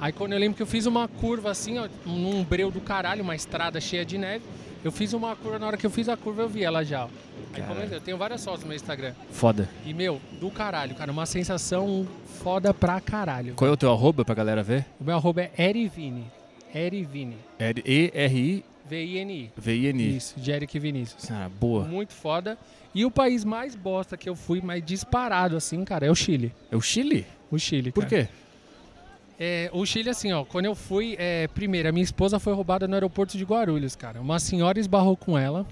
Aí quando eu lembro que eu fiz uma curva assim, ó, num breu do caralho, uma estrada cheia de neve. Eu fiz uma curva, na hora que eu fiz a curva eu vi ela já, ó. Aí comecei, eu tenho várias fotos no meu Instagram. Foda. E, meu, do caralho, cara, uma sensação foda pra caralho. Qual é o teu arroba pra galera ver? O meu arroba é Erivini. Erivini. E-R-I-V-I-N-I. V-I-N-I. Isso, de Eric Vinícius. Cara, Ah, boa. Muito foda. E o país mais bosta que eu fui, mas disparado assim, cara, é o Chile. É o Chile? O Chile, Por cara. quê? É, o Chile, assim, ó, quando eu fui, é, primeiro, a minha esposa foi roubada no aeroporto de Guarulhos, cara. Uma senhora esbarrou com ela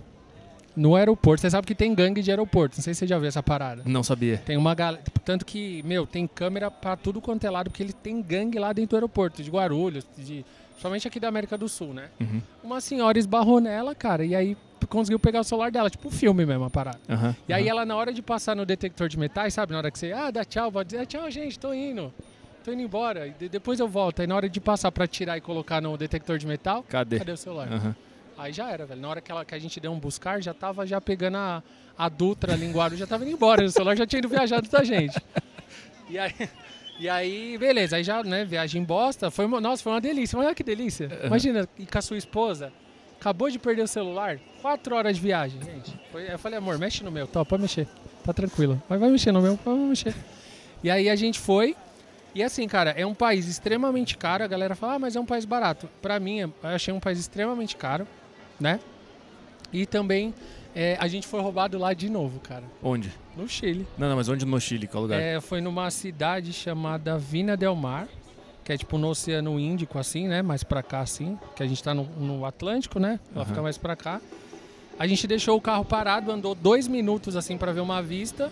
no aeroporto. Você sabe que tem gangue de aeroporto, não sei se você já viu essa parada. Não sabia. Tem uma galera. Tanto que, meu, tem câmera pra tudo quanto é lado, porque ele tem gangue lá dentro do aeroporto, de Guarulhos, de, somente aqui da América do Sul, né? Uhum. Uma senhora esbarrou nela, cara, e aí conseguiu pegar o celular dela, tipo um filme mesmo, a parada. Aham. E aí ela, na hora de passar no detector de metais, sabe? Na hora que você, ah, dá tchau, pode dizer, ah, tchau, gente, tô indo. Tô indo embora, e de- depois eu volto. Aí na hora de passar pra tirar e colocar no detector de metal, Cadê? cadê o celular? Aham. Aí já era, velho. Na hora que, ela, que a gente deu um buscar, já tava já pegando a, a Dutra, a Linguado, já tava indo embora. O celular já tinha ido viajado da gente. E aí, e aí, beleza. Aí já, né, viagem bosta. Foi, uma- nossa, foi uma delícia. Olha que delícia. Imagina, ir com a sua esposa, acabou de perder o celular, quatro horas de viagem, gente. Foi- eu falei, amor, mexe no meu. Tá, pode mexer. Tá tranquilo. Mas vai mexer no meu, pode mexer. E aí a gente foi. E assim, cara, é um país extremamente caro. A galera fala, ah, mas é um país barato. Pra mim, eu achei um país extremamente caro, né? E também é, a gente foi roubado lá de novo, cara. Onde? No Chile. Não, não, mas onde no Chile? Qual lugar? É, foi numa cidade chamada Vina Del Mar, que é tipo no Oceano Índico, assim, né? Mais pra cá, assim. Que a gente tá no, no Atlântico, né? Ela fica mais pra cá. A gente deixou o carro parado, andou dois minutos, assim, pra ver uma vista.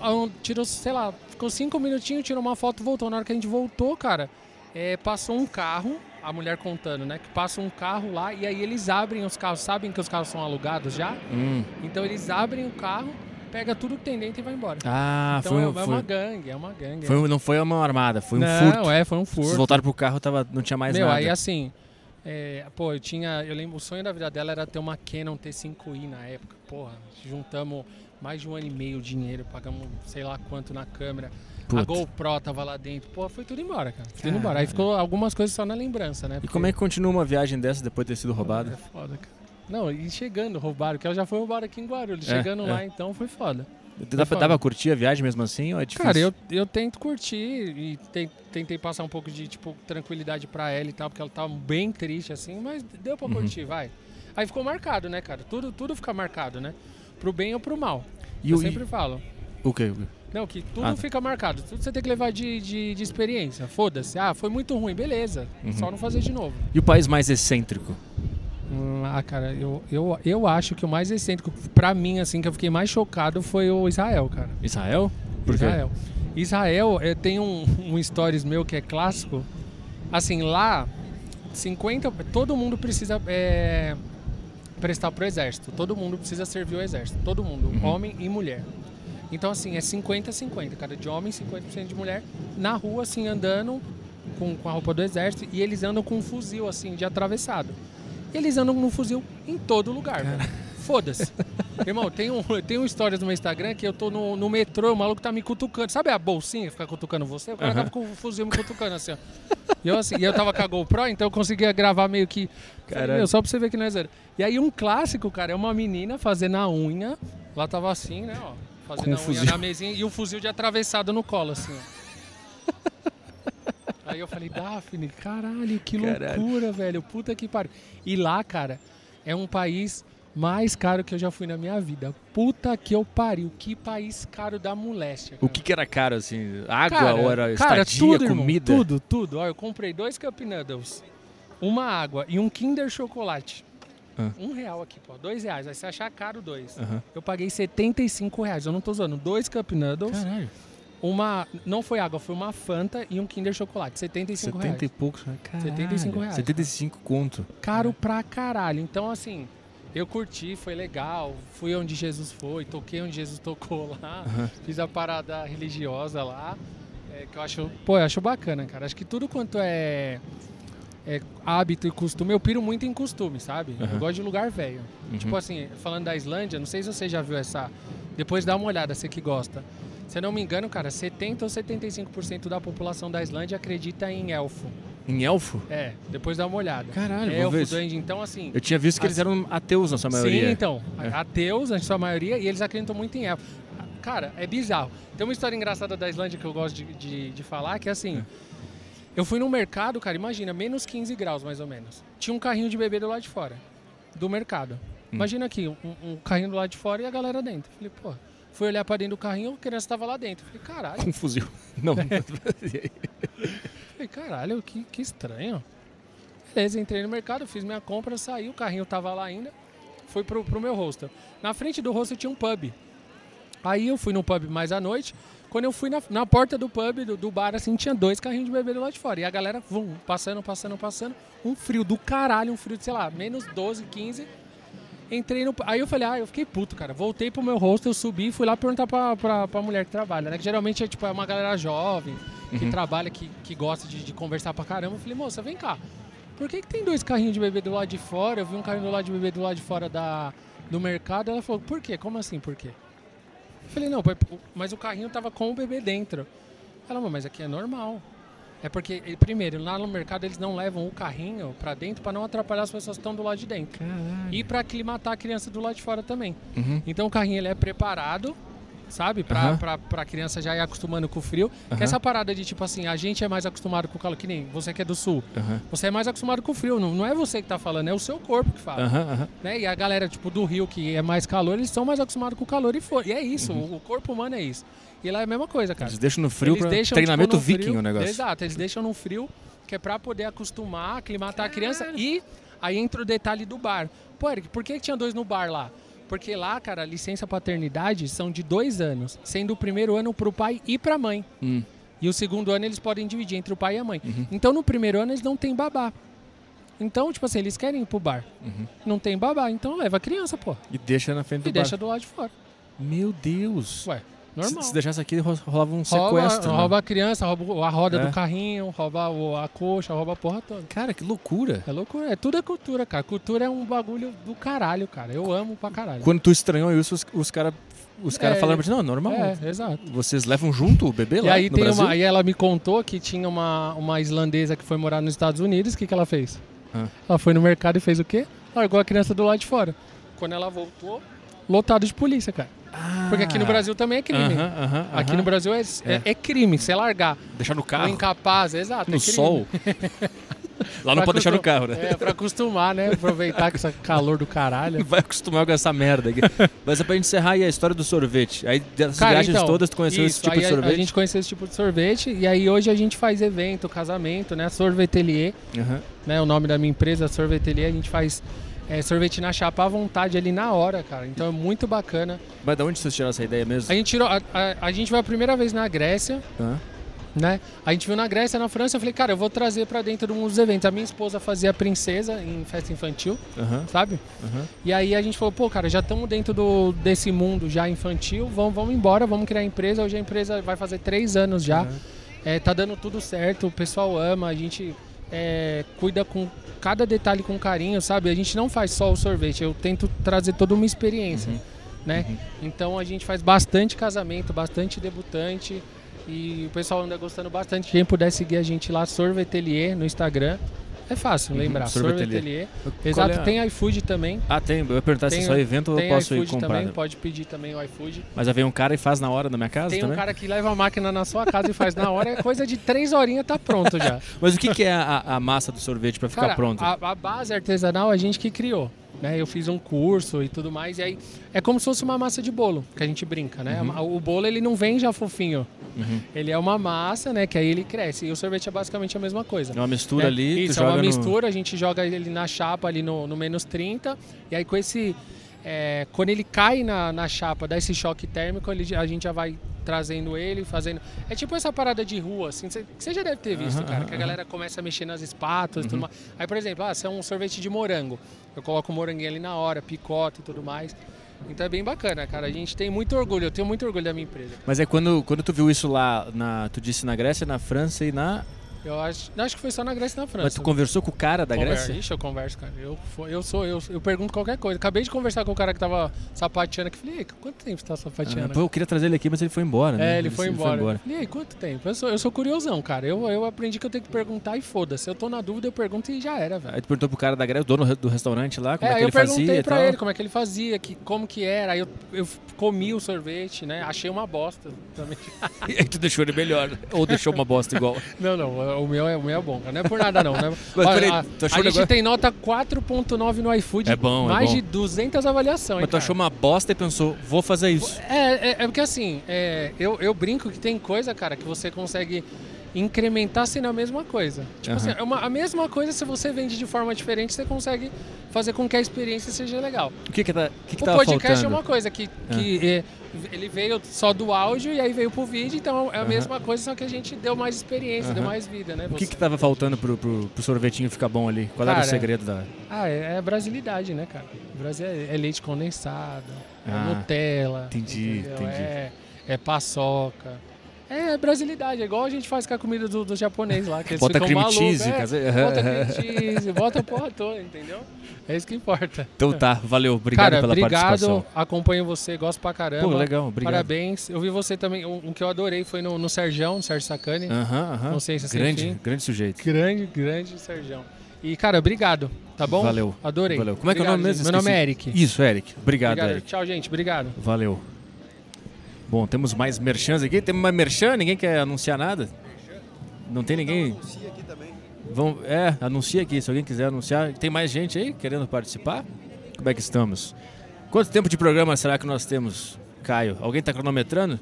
Ah, um- Tirou, sei lá, ficou cinco minutinhos, tirou uma foto, voltou. Na hora que a gente voltou, cara, é, passou um carro, a mulher contando, né? Que passa um carro lá e aí eles abrem os carros, sabem que os carros são alugados já. Hum. Então eles abrem o carro, pega tudo que tem dentro e vai embora. Ah, então foi, é, um, é foi, uma gangue, é uma gangue. foi um- não foi uma armada, foi um não, furto. é, foi um furto. Vocês voltaram pro carro, tava, não tinha mais Meu, nada. aí assim, é, pô, eu tinha, eu lembro, o sonho da vida dela era ter uma Canon T5i na época, porra, juntamos mais de um ano e meio de dinheiro, pagamos sei lá quanto na câmera, Puta. a GoPro tava lá dentro, pô, foi tudo embora, cara, foi tudo Caralho. embora, aí ficou algumas coisas só na lembrança, né, E como é que continua uma viagem dessa depois de ter sido roubada? é foda, cara. Não, e chegando, roubaram, que ela já foi roubada aqui em Guarulhos. É, chegando é. lá, então, foi foda. Dá, pra- dá pra curtir a viagem mesmo assim ou é difícil? Cara, eu, eu tento curtir e ten- tentei passar um pouco de, tipo, tranquilidade pra ela e tal, porque ela tava bem triste, assim, mas deu Uhum. pra curtir, vai. Aí ficou marcado, né, cara? Tudo, tudo fica marcado, né? Pro bem ou pro mal. E eu o- e- sempre falo. O quê? Não, que tudo Ah, tá. fica marcado. Tudo você tem que levar de, de, de experiência. Foda-se. Ah, foi muito ruim, beleza. Uhum. Só não fazer de novo. E o país mais excêntrico? Hum, Ah, cara, eu, eu, eu acho que o mais excêntrico, pra mim, assim, que eu fiquei mais chocado foi o Israel, cara. Israel? Por quê? Israel. Israel eh, tem um, um stories meu que é clássico. Assim, lá, 50. Todo mundo precisa eh, prestar pro exército. Todo mundo precisa servir o exército. Todo mundo, homem e mulher. Então, assim, é 50-50, cara, de homem, 50% de mulher, na rua, assim, andando com, com a roupa do exército, e eles andam com um fuzil, assim, de atravessado. E eles andam com um fuzil em todo lugar, velho. Foda-se. Irmão, tem um, tem um stories no meu Instagram que eu tô no, no metrô, o maluco tá me cutucando. Sabe a bolsinha que fica cutucando você? O cara tava com o fuzil me cutucando, assim, ó. E eu, assim, e eu tava com a GoPro, então eu conseguia gravar meio que. Falei, Caralho. meu, só pra você ver que não é zero. E aí, um clássico, cara, é uma menina fazendo a unha. Lá tava assim, né, ó. Com Fazendo a um unha fuzil. na mesinha e o fuzil de atravessado no colo, assim, ó. Aí eu falei, Daphne, caralho, que Caralho. loucura, velho. Puta que pariu. E lá, cara, é um país mais caro que eu já fui na minha vida. Puta que eu pariu. Que país caro da moléstia. O cara. que, que era caro, assim? Água Cara, ou era cara, estadia, tudo, irmão, comida? tudo, tudo. Ó, eu comprei dois Cup Noodles, uma água e um Kinder Chocolate. Ah. Um real aqui, pô. Dois reais. Aí você achar caro dois. Aham. Eu paguei 75 reais. Eu não tô zoando. Dois Cup Noodles, Caralho, uma... Não foi água, foi uma Fanta e um Kinder Chocolate. 75 reais. 70 e poucos. né? Caralho. 75 reais, 75 conto. Caro pra caralho. Então, assim... Eu curti, foi legal. Fui onde Jesus foi, toquei onde Jesus tocou lá. Fiz a parada religiosa lá. É, que eu acho, pô, eu acho bacana, cara. Acho que tudo quanto é, é hábito e costume, eu piro muito em costume, sabe? Eu gosto de lugar velho. Tipo assim, falando da Islândia, não sei se você já viu essa. Depois dá uma olhada, você que gosta. Se eu não me engano, cara, 70 ou 75% da população da Islândia acredita em elfo. Em elfo? É, depois dá uma olhada. Caralho, vou ver elfo, isso. duende, então assim. Eu tinha visto que eles eram ateus na sua maioria. É. Sim, então. Ateus, na sua maioria, e eles acreditam muito em elfo. Cara, é bizarro. Tem uma história engraçada da Islândia que eu gosto de, de, de falar, que é assim. É. Eu fui num mercado, cara, imagina, menos 15 graus mais ou menos. Tinha um carrinho de bebê do lado de fora, do mercado. Hum. Imagina aqui, um, um carrinho do lado de fora e a galera dentro. Falei, pô, fui olhar pra dentro do carrinho, a criança tava lá dentro. Falei, caralho. Com um fuzil. Não. Falei, caralho, que, que estranho. Beleza, entrei no mercado, fiz minha compra, saí, o carrinho tava lá ainda, fui pro, pro meu hostel. Na frente do hostel tinha um pub. Aí eu fui no pub mais à noite. Quando eu fui na, na porta do pub, do, do bar, assim, tinha dois carrinhos de bebê do lado de fora. E a galera, vum, passando, passando, passando. Um frio do caralho, um frio de, sei lá, menos 12, 15. Entrei no. Aí eu falei, ah, eu fiquei puto, cara. Voltei pro meu rosto, eu subi e fui lá perguntar pra, pra, pra mulher que trabalha, né? Que geralmente é tipo é uma galera jovem, que trabalha, que, que gosta de, de conversar pra caramba. Eu falei, moça, vem cá. Por que, que tem dois carrinhos de bebê do lado de fora? Eu vi um carrinho do lado de bebê do lado de fora da, do mercado. Ela falou, por quê? Como assim, por quê? Eu falei, não, pai, mas o carrinho tava com o bebê dentro. Ela, "Mãe, mas aqui é normal. É porque, eh, primeiro, lá no mercado eles não levam o carrinho pra dentro pra não atrapalhar as pessoas que estão do lado de dentro. E pra aclimatar a criança do lado de fora também. Então o carrinho ele é preparado, sabe? Pra, Uhum. Aham. pra, pra criança já ir acostumando com o frio. Que Aham. essa parada de tipo assim, a gente é mais acostumado com o calor, que nem você que é do sul. Aham, Você é mais acostumado com o frio, não, não é você que tá falando, é o seu corpo que fala. aham, aham. Né? E a galera, tipo, do Rio, que é mais calor, eles são mais acostumados com o calor e foi. E é isso, o- o corpo humano é isso. E lá é a mesma coisa, cara. Eles deixam no frio pra deixam, treinamento tipo, no viking frio- o negócio. Exato, eles deixam no frio, que é pra poder acostumar, aclimatar a criança. E aí entra o detalhe do bar. Pô, Eric, por que que tinha dois no bar lá? Porque lá, cara, a licença paternidade são de dois anos, sendo o primeiro ano pro pai e pra mãe. Hum. Uhum. E o segundo ano eles podem dividir entre o pai e a mãe. Então no primeiro ano eles não têm babá. Então, tipo assim, eles querem ir pro bar. Não tem babá, então leva a criança, pô. E deixa na frente do E Uhum. deixa bar. do lado de fora. Meu Deus. Ué, se, normal. se deixasse aqui, ro- rolava um Rouba, sequestro. né? rouba a criança, rouba a roda É. do carrinho, rouba o- a coxa, rouba a porra toda. Cara, que loucura. É loucura, é tudo é cultura, cara. Cultura é um bagulho do caralho, cara. Eu amo pra caralho. Quando tu estranhou isso, os, os caras os cara É, falaram pra ti, não, é normal. É, exato. Vocês levam junto o bebê E lá aí, é? no tem Brasil? uma, e ela me contou que tinha uma, uma islandesa que foi morar nos Estados Unidos. O que, que ela fez? Ah. Ela foi no mercado e fez o quê? Largou a criança do lado de fora. Quando ela voltou, lotado de polícia, cara. Porque aqui no Ah. Brasil também é crime. Aham, aham, Aqui aham. no Brasil é, é- é crime. Você largar Deixar no o carro, incapaz, exato. é no crime. sol. lá não Pra pode deixar no acostum- carro, né? É, pra acostumar, né? Aproveitar que esse calor do caralho. Vai acostumar com essa merda aqui. Mas é pra gente encerrar aí a história do sorvete. Aí dessas Cara, viagens então, todas, tu conheceu esse isso, tipo aí de a- sorvete? A gente conheceu esse tipo de sorvete e aí hoje a gente faz evento, casamento, né? Sorvetelier, Aham. né? O nome da minha empresa, Sorvetelier, a gente faz é, sorvete na chapa à vontade ali na hora, cara. Então é muito bacana. Mas da onde vocês tiraram essa ideia mesmo? A gente tirou. A, a- a gente vai a primeira vez na Grécia, Hã? né? A gente viu na Grécia, na França, eu falei, cara, eu vou trazer pra dentro de um dos eventos. A minha esposa fazia princesa em festa infantil, Aham, sabe? aham. E aí a gente falou, pô, cara, já estamos dentro do, desse mundo já infantil, vamos, vamos embora, vamos criar a empresa. Hoje a empresa vai fazer três anos já. É, tá dando tudo certo, o pessoal ama, a gente é, cuida com cada detalhe com carinho, sabe? A gente não faz só o sorvete, eu tento trazer toda uma Uhum. experiência, né? Então a gente faz bastante casamento, bastante debutante. E o pessoal anda gostando bastante. Quem puder seguir a gente lá, Sorvetelier, no Instagram. É fácil lembrar, Uhum. Sorvetelier. Sorvetelier. Qual Exato, é a- tem iFood também. Ah, tem. Eu ia perguntar se Tem- é só evento ou eu Tem posso ir iFood comprar. também, né? pode pedir também o iFood. Mas aí vem um cara e faz na hora na minha casa Tem também? um cara que leva a máquina na sua casa e faz na hora, é coisa de três horinhas tá pronto já. Mas o que, que é a, a massa do sorvete pra ficar Cara, pronto? A, a base artesanal a gente que criou. Né? Eu fiz um curso e tudo mais, e aí é como se fosse uma massa de bolo, que a gente brinca, né? Uhum. O bolo ele não vem já fofinho. Ele é uma massa, né? Que aí ele cresce. E o sorvete é basicamente a mesma coisa. É uma mistura né? ali, tu Isso, é joga uma no- mistura, a gente joga ele na chapa ali no, no menos 30, e aí com esse. é, quando ele cai na, na chapa, dá esse choque térmico, ele- a gente já vai trazendo ele, fazendo. É tipo essa parada de rua, assim, que você já deve ter visto, Aham, cara, aham, Uhum. que a aham. galera começa a mexer nas espátulas e tudo mais. Aí, por exemplo, ah, se é um sorvete de morango, eu coloco o moranguinho ali na hora, picota e tudo mais. Então é bem bacana, cara. A gente tem muito orgulho, eu tenho muito orgulho da minha empresa. Mas é quando, quando tu viu isso lá, na, tu disse na Grécia, na França e na... Eu acho, acho que foi só na Grécia e na França. Mas tu conversou com o cara da Conversa. Grécia? Ixi, eu converso, cara. Eu, fo- eu sou, eu, eu pergunto qualquer coisa. Acabei de conversar com o cara que tava sapateando aqui. Falei, "E aí, quanto tempo você tá Ah, sapateando? pô, eu queria trazer ele aqui, mas ele foi embora, né? é, ele foi embora. Falei, "E aí, quanto tempo? Eu sou, eu sou curiosão, cara. Eu, eu aprendi que eu tenho que perguntar e foda-se. Eu tô na dúvida, eu pergunto e já era, velho. Aí tu perguntou pro cara da Grécia, o dono re- do restaurante lá, como é, aí que eu ele fazia perguntei e pra tal. ele como é que ele fazia, que, como que era. Aí eu, eu comi o sorvete, né? Achei uma bosta também. E aí tu deixou ele melhor. né? Ou deixou uma bosta igual. Não, não, o meu é, o meu é bom, cara. Não é por nada, não. Né? Mas Olha, peraí, a, tu achou o a gente negócio- tem nota 4.9 no iFood. É bom, é Mais bom. de 200 avaliações. Mas tu cara. achou uma bosta e pensou, vou fazer isso. É, é, é porque assim, é, eu, eu brinco que tem coisa, cara, que você consegue incrementar sendo a mesma coisa. Aham. Tipo assim, é uma- a mesma coisa, se você vende de forma diferente, você consegue fazer com que a experiência seja legal. O que que, tá, o que, que o tava podcast faltando? Ah. é uma coisa que, que é, ele veio só do áudio e aí veio pro vídeo, então é a Aham. mesma coisa, só que a gente deu mais experiência, deu Aham. mais vida, né? O que você? que tava faltando pro, pro, pro sorvetinho ficar bom ali? Qual era o Cara, segredo da... Ah, é, é brasilidade, né, cara? O Brasil é, é leite condensado, Ah, é Nutella. entendi, entendi. É, é paçoca. É, é brasilidade, é igual a gente faz com a comida do, do japonês lá, que eles Bota ficam cream malucos, cheese, é, case- bota cream cheese, bota a porra toda, entendeu? É isso que importa. Então tá, valeu, obrigado cara, pela obrigado, participação. acompanho você, gosto pra caramba. Pô, legal, obrigado. Parabéns. Eu vi você também, um, um que eu adorei foi no, no Serjão, no Sérgio Sacani. Aham, aham. Consciência sem Grande, fim. grande sujeito. Grande, grande Serjão. E, cara, obrigado, tá bom? Valeu. Adorei. Valeu. Como é que é o Obrigado, nome mesmo? gente. Meu nome é Esqueci. Eric. Isso, Eric. Obrigado, Obrigado. Eric. Tchau, gente. Obrigado. Valeu. Bom, temos mais merchans aqui. Temos mais merchan, ninguém quer anunciar nada. Não tem ninguém. Anuncia aqui também. Vão, é, anuncia aqui, se alguém quiser anunciar. Tem mais gente aí querendo participar? Como é que estamos? Quanto tempo de programa será que nós temos, Caio? Alguém está cronometrando?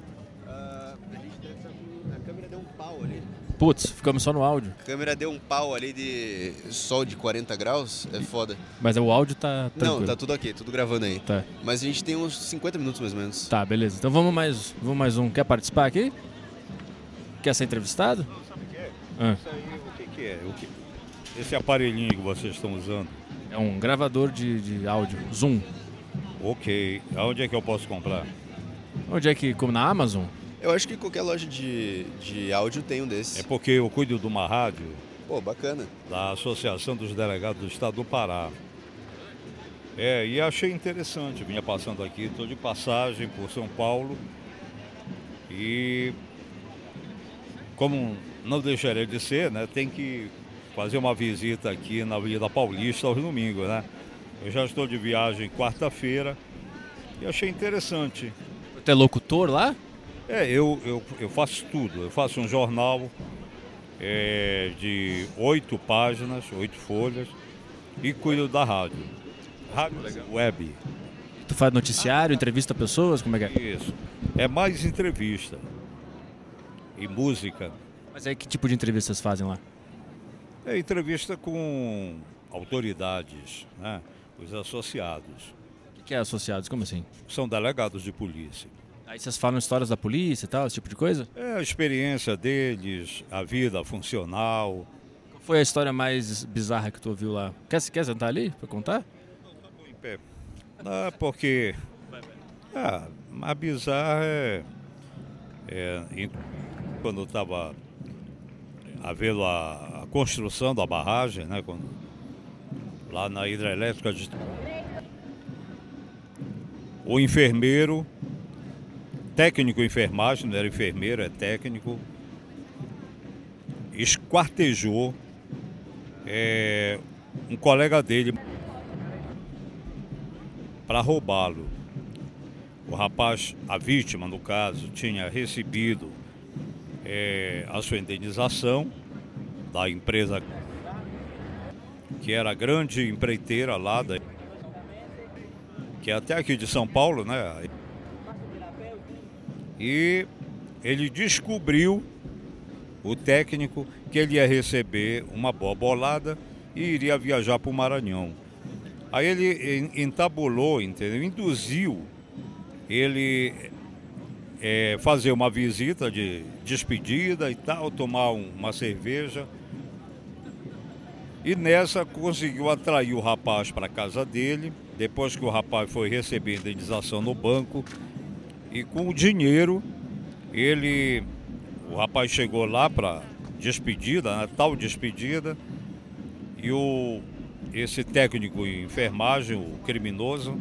Ah, a gente deve tá- A câmera deu um pau ali. Putz, ficamos só no áudio. A câmera deu um pau ali de sol de 40 graus. É foda. Mas o áudio tá tranquilo. Não, tá tudo ok, tudo gravando aí. Tá. Mas a gente tem uns 50 minutos mais ou menos. Tá, beleza. Então vamos mais, vamos mais um. Quer participar aqui? Quer ser entrevistado? Ah, Isso aí, o que, que é? O que- Esse aparelhinho que vocês estão usando. é um gravador de, de áudio, Zoom. Ok. Aonde é que eu posso comprar? Onde é que, como na Amazon? Eu acho que qualquer loja de, de áudio tem um É desses. porque eu cuido de uma rádio Pô, bacana. da Associação dos Delegados do Estado do Pará. É, e achei interessante. Vinha passando aqui, estou de passagem por São Paulo. E como não deixaria de ser, né, tem que fazer uma visita aqui na Avenida Paulista aos domingos, né? Eu já estou de viagem quarta-feira e achei interessante. Tu é locutor lá? É, eu, eu, eu faço tudo. Eu faço um jornal é, de oito páginas, oito folhas, e cuido da rádio. Rádio web. Tu faz noticiário, entrevista pessoas, como é que é? Isso. É mais entrevista. E música. Mas aí que tipo de entrevista vocês fazem lá? É entrevista com autoridades, né? os associados. O que que é associados? Como assim? São delegados de polícia. Aí vocês falam histórias da polícia e tal, esse tipo de coisa? É a experiência deles, a vida funcional. Qual foi a história mais bizarra que tu ouviu lá? Quer, quer sentar ali pra contar? em pé. Ah, porque ah, a bizarra é, é, em- quando estava havendo a, a construção da barragem, né, quando- lá na hidrelétrica de- o enfermeiro, técnico em enfermagem, não era enfermeiro, é técnico, esquartejou é, um colega dele para roubá-lo. O rapaz, a vítima no caso, tinha recebido eh, a sua indenização da empresa que era a grande empreiteira lá da que é até aqui de São Paulo, né? E ele descobriu o técnico que ele ia receber uma boa bolada e iria viajar para o Maranhão. Aí ele en- entabulou, entendeu? Induziu ele eh, fazer uma visita de despedida e tal, tomar um- uma cerveja. E nessa conseguiu atrair o rapaz para casa dele. Depois que o rapaz foi receber a indenização no banco e com o dinheiro ele, o rapaz chegou lá para despedida, né, tal despedida e o esse técnico em enfermagem, o criminoso,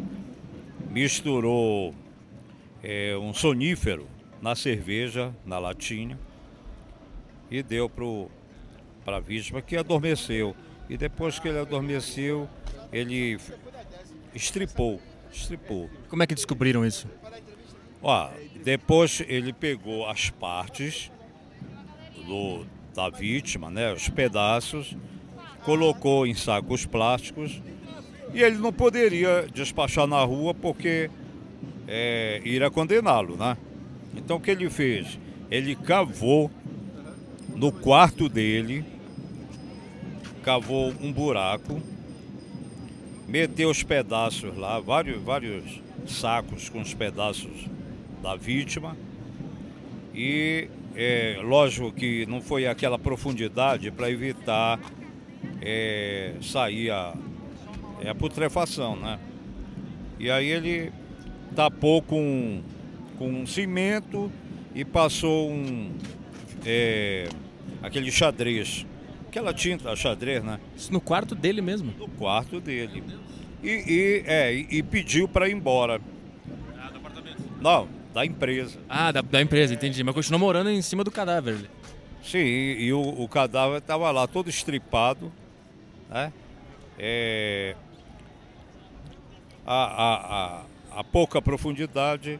misturou eh, um sonífero na cerveja, na latinha, e deu pro para a vítima que adormeceu. E depois que ele adormeceu, ele f- estripou, estripou. Como é que descobriram isso? Ó, depois ele pegou as partes do- da vítima, né, os pedaços, colocou em sacos plásticos e ele não poderia despachar na rua porque é, iria condená-lo, né? Então o que ele fez? Ele cavou no quarto dele, cavou um buraco, meteu os pedaços lá, vários, vários sacos com os pedaços da vítima. E é, lógico que não foi aquela profundidade para evitar é, sair a, é, a putrefação, né? E aí ele tapou com, com um cimento e passou um é, aquele xadrez, aquela tinta xadrez, né? Isso no quarto dele mesmo. no quarto dele. E, e- é, e- e pediu para ir embora. Não, da empresa. Ah, da, da empresa, entendi. Mas continuou morando em cima do cadáver. Sim, e, e o, o cadáver estava lá todo estripado. Né? É, a, a- a- a pouca profundidade.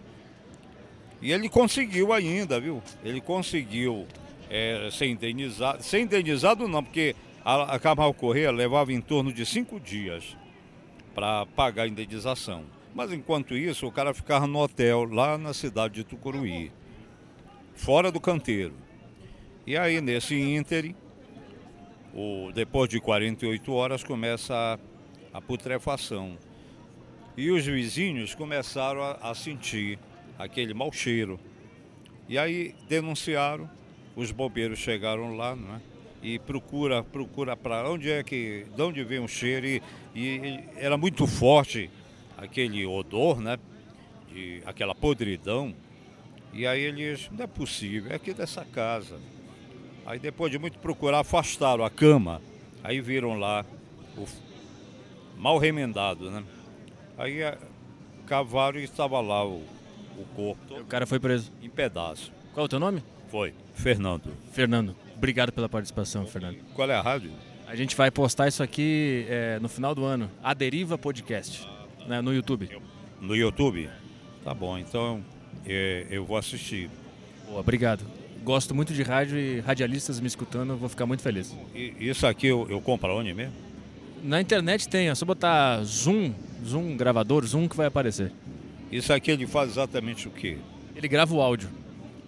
E ele conseguiu ainda, viu? Ele conseguiu eh, ser indenizado. Ser indenizado não, porque a, a Carvalho Correia levava em torno de cinco dias para pagar a indenização. Mas enquanto isso, o cara ficava no hotel lá na cidade de Tucuruí, fora do canteiro. E aí, nesse ínterim, o, depois de 48 horas, começa a, a putrefação. E os vizinhos começaram a, a sentir aquele mau cheiro. E aí denunciaram, os bombeiros chegaram lá, não é? E procura, procura para onde é que, de onde vem o cheiro e, e, e era muito forte aquele odor, né? De, aquela podridão. E aí eles, não é possível, é aqui dessa casa. Aí depois de muito procurar, afastaram a cama. Aí viram lá o f- mal remendado, né? Aí eh, cavaram e estava lá o, o corpo O todo cara foi preso. em pedaço. Qual é o teu nome? Foi. Fernando. Fernando. Obrigado pela participação, Fernando. Qual é a rádio? A gente vai postar isso aqui é, no final do ano. A Deriva Podcast. né, no YouTube. No YouTube? Tá bom, então eh, eu vou assistir. Boa, obrigado. Gosto muito de rádio e radialistas me escutando, eu vou ficar muito feliz. E isso aqui eu, eu compro aonde mesmo? Na internet tem, é só botar Zoom, Zoom gravador, Zoom que vai aparecer. Isso aqui ele faz exatamente o quê? Ele grava o áudio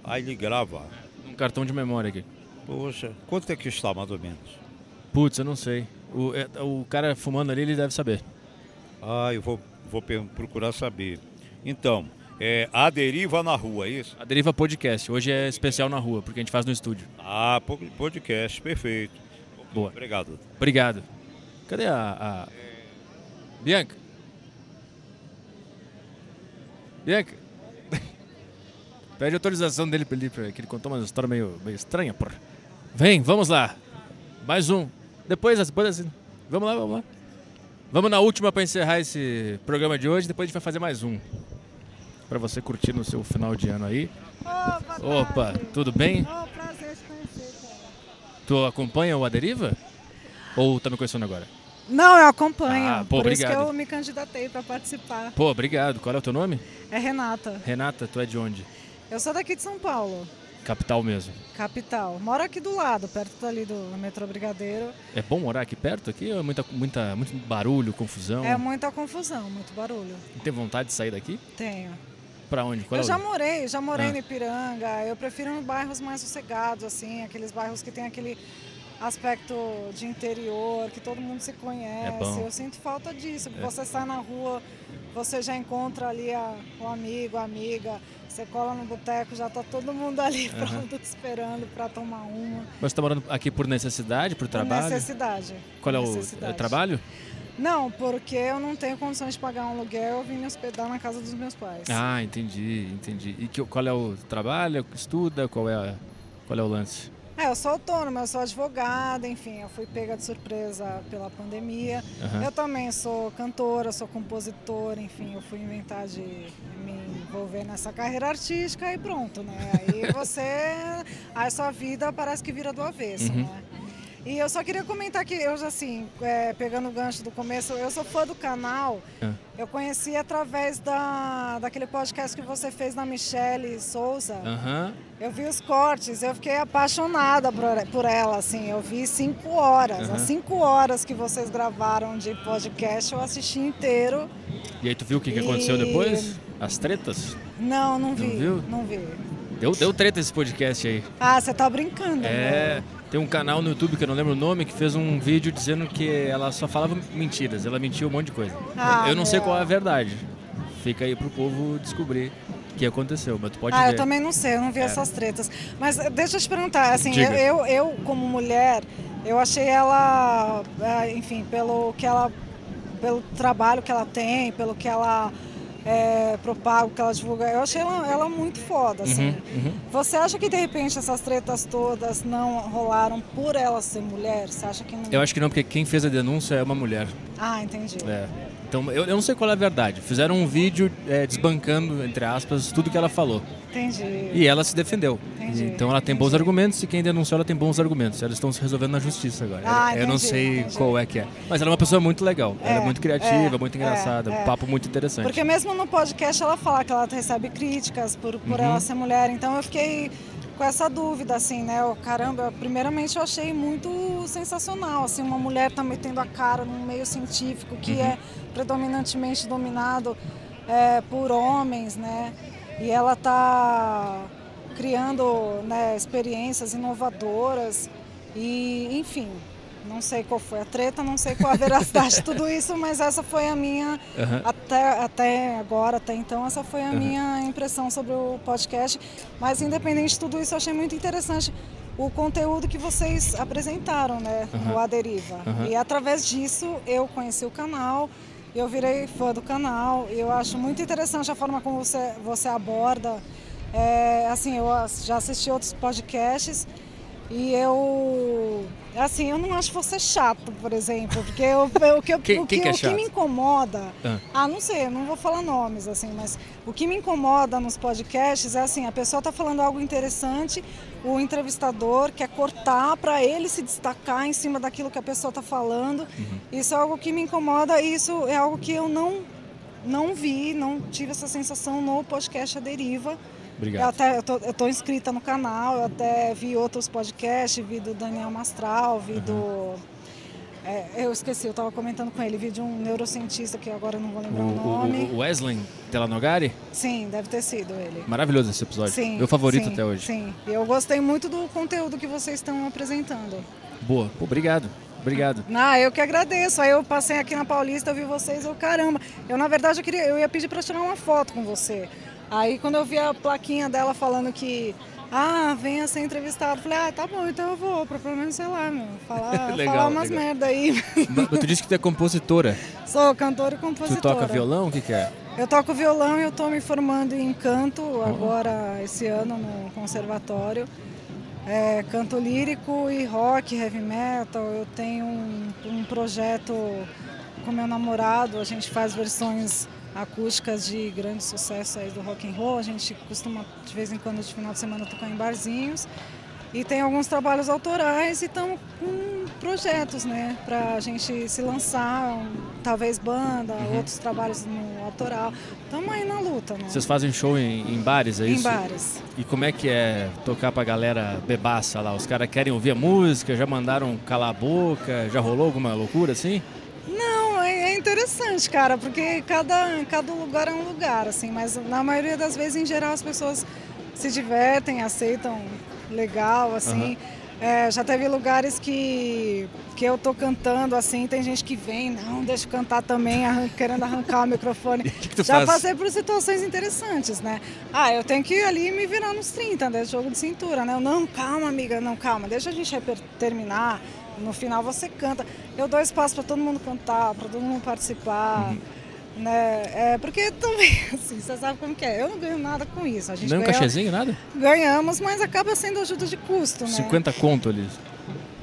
Aí ele grava. num cartão de memória aqui. Poxa, quanto é que está mais ou menos? Putz, eu não sei. O, é- o cara fumando ali, ele deve saber. Ah, eu vou, vou per- procurar saber. Então, é, a deriva na rua, é isso? A Deriva Podcast, hoje é especial na rua, porque a gente faz no estúdio. Ah, po- podcast, perfeito. Boa. Obrigado. Obrigado. Cadê a. a- Bianca? Bianca? Pede autorização dele pra ele, pra- que ele contou uma história meio, meio estranha, porra. Vem, vamos lá. Mais um. Depois, depois assim. Vamos lá, vamos lá. Vamos na última pra encerrar esse programa de hoje, depois a gente vai fazer mais um. Pra você curtir no seu final de ano aí. Opa, tudo bem? Oh, prazer te conhecer, cara. Tu acompanha o Aderiva? Ou tá me conhecendo agora? Não, eu acompanho. Ah, pô, por isso obrigado. que eu me candidatei para participar. Pô, obrigado. Qual é o teu nome? É Renata. Renata, tu é de onde? Eu sou daqui de São Paulo, Capital mesmo. capital. Moro aqui do lado, perto ali do metrô Brigadeiro. É bom morar aqui perto aqui? Ou é muita, muita, muito barulho, confusão? É muita confusão, muito barulho. Não Tem vontade de sair daqui? Tenho. Pra onde? Qual eu é o- já morei, já morei Ah. no Ipiranga. Eu prefiro bairros mais sossegados, assim, aqueles bairros que tem aquele aspecto de interior, que todo mundo se É conhece. bom. É. eu sinto falta disso. porque Você sai na rua, você já encontra ali a- o amigo, a amiga, você cola no boteco, já tá todo mundo ali pronto te esperando para tomar uma. É Mas tu tá morando aqui por necessidade, por trabalho? Necessidade. Qual é o necessidade. é trabalho? Não, porque eu não tenho condições de pagar um aluguel, eu vim me hospedar na casa dos meus pais. Ah, entendi, entendi. E que, qual é o trabalho? Estuda? Qual é, a- qual é o lance? É, eu sou autônoma, eu sou advogada, enfim, eu fui pega de surpresa pela pandemia. Aham. Eu também sou cantora, sou compositora, enfim, eu fui inventar de me envolver nessa carreira artística e pronto, né? Aí você. a sua vida parece que vira do avesso, Uhum. né? E eu só queria comentar que eu, assim, é, pegando o gancho do começo, eu sou fã do canal. É. Eu conheci através da, daquele podcast que você fez na Michelle Souza. Aham. Eu vi os cortes, eu fiquei apaixonada por, por ela, assim. Eu vi cinco horas. Aham. As cinco horas que vocês gravaram de podcast, eu assisti inteiro. E aí tu viu o que, que aconteceu E- depois? As tretas? Não, não vi. viu? Não vi. Deu, deu treta esse podcast aí. Ah, você tá brincando, né? É, tem um canal no YouTube que eu não lembro o nome que fez um vídeo dizendo que ela só falava mentiras, ela mentiu um monte de coisa. Ah, eu não sei meu. qual é a verdade. Fica aí pro povo descobrir o que aconteceu, mas tu pode Ah, ver. É. eu também não sei, eu não vi essas tretas. Mas eh, deixa eu te perguntar, assim, eu, Diga. eu, eu, como mulher, eu achei ela, ah, enfim, pelo que ela, pelo trabalho que ela tem, pelo que ela eh, propaga, o que ela divulga, eu achei ela, ela muito foda, Uhum, assim. Você acha que de repente essas tretas todas não rolaram por ela ser mulher? Você acha que não. Eu acho que não, porque quem fez a denúncia é uma mulher. Ah, entendi. É. Então, eu, eu não sei qual é a verdade. Fizeram um vídeo é, desbancando, entre aspas, tudo que ela falou. Entendi. E ela se defendeu. Entendi, Então ela tem entendi. bons argumentos e quem denunciou ela tem bons argumentos. Elas estão se resolvendo na justiça agora. Ah, eu não entendi, sei entendi. qual é que é. Mas ela é uma pessoa muito legal. ela é É, muito criativa, é, muito engraçada, é, é. um papo muito interessante. Porque mesmo no podcast ela fala que ela recebe críticas por, por Uhum. ela ser mulher, então eu fiquei com essa dúvida, assim, né? Eu, caramba, eu- primeiramente eu achei muito sensacional, assim, uma mulher tá metendo a cara num meio científico que Uhum. é predominantemente dominado é, por homens, né? E ela tá criando né, experiências inovadoras e, enfim, não sei qual foi a treta, não sei qual a veracidade de tudo isso, mas essa foi a minha Aham. até, até agora, até então, essa foi a Aham. minha impressão sobre o podcast. Mas, independente de tudo isso, eu achei muito interessante o conteúdo que vocês apresentaram, né? Aham. No A Deriva. Aham. E, através disso, eu conheci o canal, eu virei fã do canal. e Eu acho muito interessante a forma como você, você aborda. É, assim, eu as- já assisti outros podcasts e eu... Assim, eu não acho você chato, por exemplo, porque eu, o que eu Quem- o quem que é o chato? me incomoda. Ah. Ah. não sei, eu não vou falar nomes, assim, mas o que me incomoda nos podcasts é assim, a pessoa tá falando algo interessante, o entrevistador quer cortar para ele se destacar em cima daquilo que a pessoa tá falando. Uhum. Isso é algo que me incomoda e isso é algo que eu não, não vi, não tive essa sensação no podcast A Deriva. Eu Obrigado. até eu tô, eu tô inscrita no canal, eu até vi outros podcasts, vi do Daniel Mastral, vi Uhum. do. é, eu esqueci, eu tava comentando com ele, vi de um neurocientista que agora eu não vou O, lembrar o, um nome. o, o Wesley Telanogari, Sim, deve ter sido ele. maravilhoso esse episódio. Sim. Meu favorito sim, até hoje. Sim, e eu gostei muito do conteúdo que vocês estão apresentando. Boa. Pô, obrigado. Obrigado. Ah, eu que agradeço. Aí eu passei aqui na Paulista, eu vi vocês, eu caramba. Eu na verdade eu queria, eu ia pedir para tirar uma foto com você. Aí quando eu vi a plaquinha dela falando que ah, venha ser entrevistado, eu falei, ah, tá bom, então eu vou, pra pelo menos sei lá, meu, falar, Legal, falar umas legal. merda aí. Mas tu disse que tu é compositora. Sou cantora e Tu compositora. toca violão? O que, que é? Eu toco violão e eu tô me formando em canto agora esse ano no conservatório. É, canto lírico e rock, heavy metal. Eu tenho um, um projeto com meu namorado, a gente faz versões acústicas de grande sucesso aí do rock and roll. A gente costuma de vez em quando de final de semana tocar em barzinhos. E tem alguns trabalhos autorais e estamos com projetos, né? Pra gente se lançar, um- talvez banda, outros trabalhos no autoral. Estamos aí na luta, né? Vocês fazem show em, em bares, é em isso? bares. E como é que é tocar pra galera bebaça lá? Os caras querem ouvir a música, já mandaram calar a boca, já rolou alguma loucura assim? Não, é, é interessante, cara, porque cada, cada lugar é um lugar, assim, mas na maioria das vezes, em geral, as pessoas se divertem, aceitam legal, assim. É, já teve lugares que, que eu tô cantando, assim, tem gente que vem, não, deixa eu cantar também, arran- querendo arrancar o microfone. O que, que tu Já faz? passei por situações interessantes, né? Ah, eu tenho que ir ali e me virar nos 30, né? Jogo de cintura, né? Eu, não, calma, amiga, não, calma, deixa a gente reper- terminar. No final você canta. Eu dou espaço para todo mundo cantar, para todo mundo participar. Uhum. Né? É, porque também, assim, você sabe como que é. Eu não ganho nada com isso. A gente Nem um ganha- cachezinho, nada? ganhamos, mas acaba sendo ajuda de custo, né? 50 conto ali.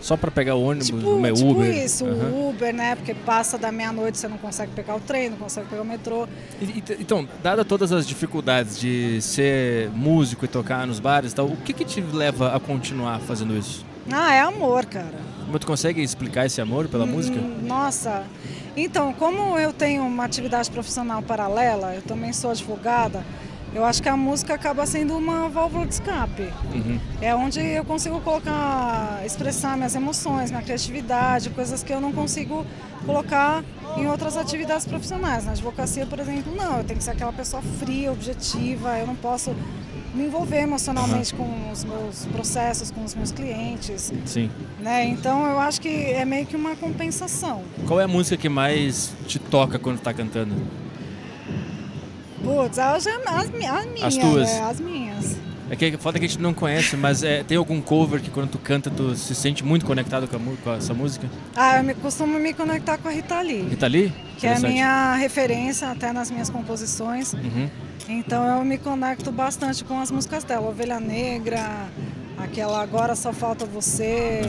Só pra pegar o ônibus, Tipo, o meu tipo Uber. isso, Aham. o Uber, né? Porque passa da meia-noite, você não consegue pegar o trem, não consegue pegar o metrô. E- e t- Então, dada todas as dificuldades de ser músico e tocar nos bares e tal, o que que te leva a continuar fazendo isso? Ah, é amor, cara. Mas Tu consegue explicar esse amor pela música? Hum, Nossa! Então, como eu tenho uma atividade profissional paralela, eu também sou advogada, eu acho que a música acaba sendo uma válvula de escape. Uhum. É onde eu consigo colocar, expressar minhas emoções, minha criatividade, coisas que eu não consigo colocar em outras atividades profissionais. Na advocacia, por exemplo, não, eu tenho que ser aquela pessoa fria, objetiva, eu não posso me envolver emocionalmente com os meus processos, com os meus clientes, Sim. né? Então eu acho que é meio que uma compensação. Qual é a música que mais te toca quando tá cantando? Putz, eu já, é as, mi- a minha, tuas. Né? As minhas. É que a foda é que a gente não conhece, mas é, tem algum cover que quando tu canta tu se sente muito conectado com, a mu- com essa música? Ah, eu me, costumo me conectar com a Rita Lee, Rita Lee? que é a Interessante. minha referência até nas minhas composições. Uhum. Então eu me conecto bastante com as músicas dela, Ovelha Negra, Aquela agora só falta você.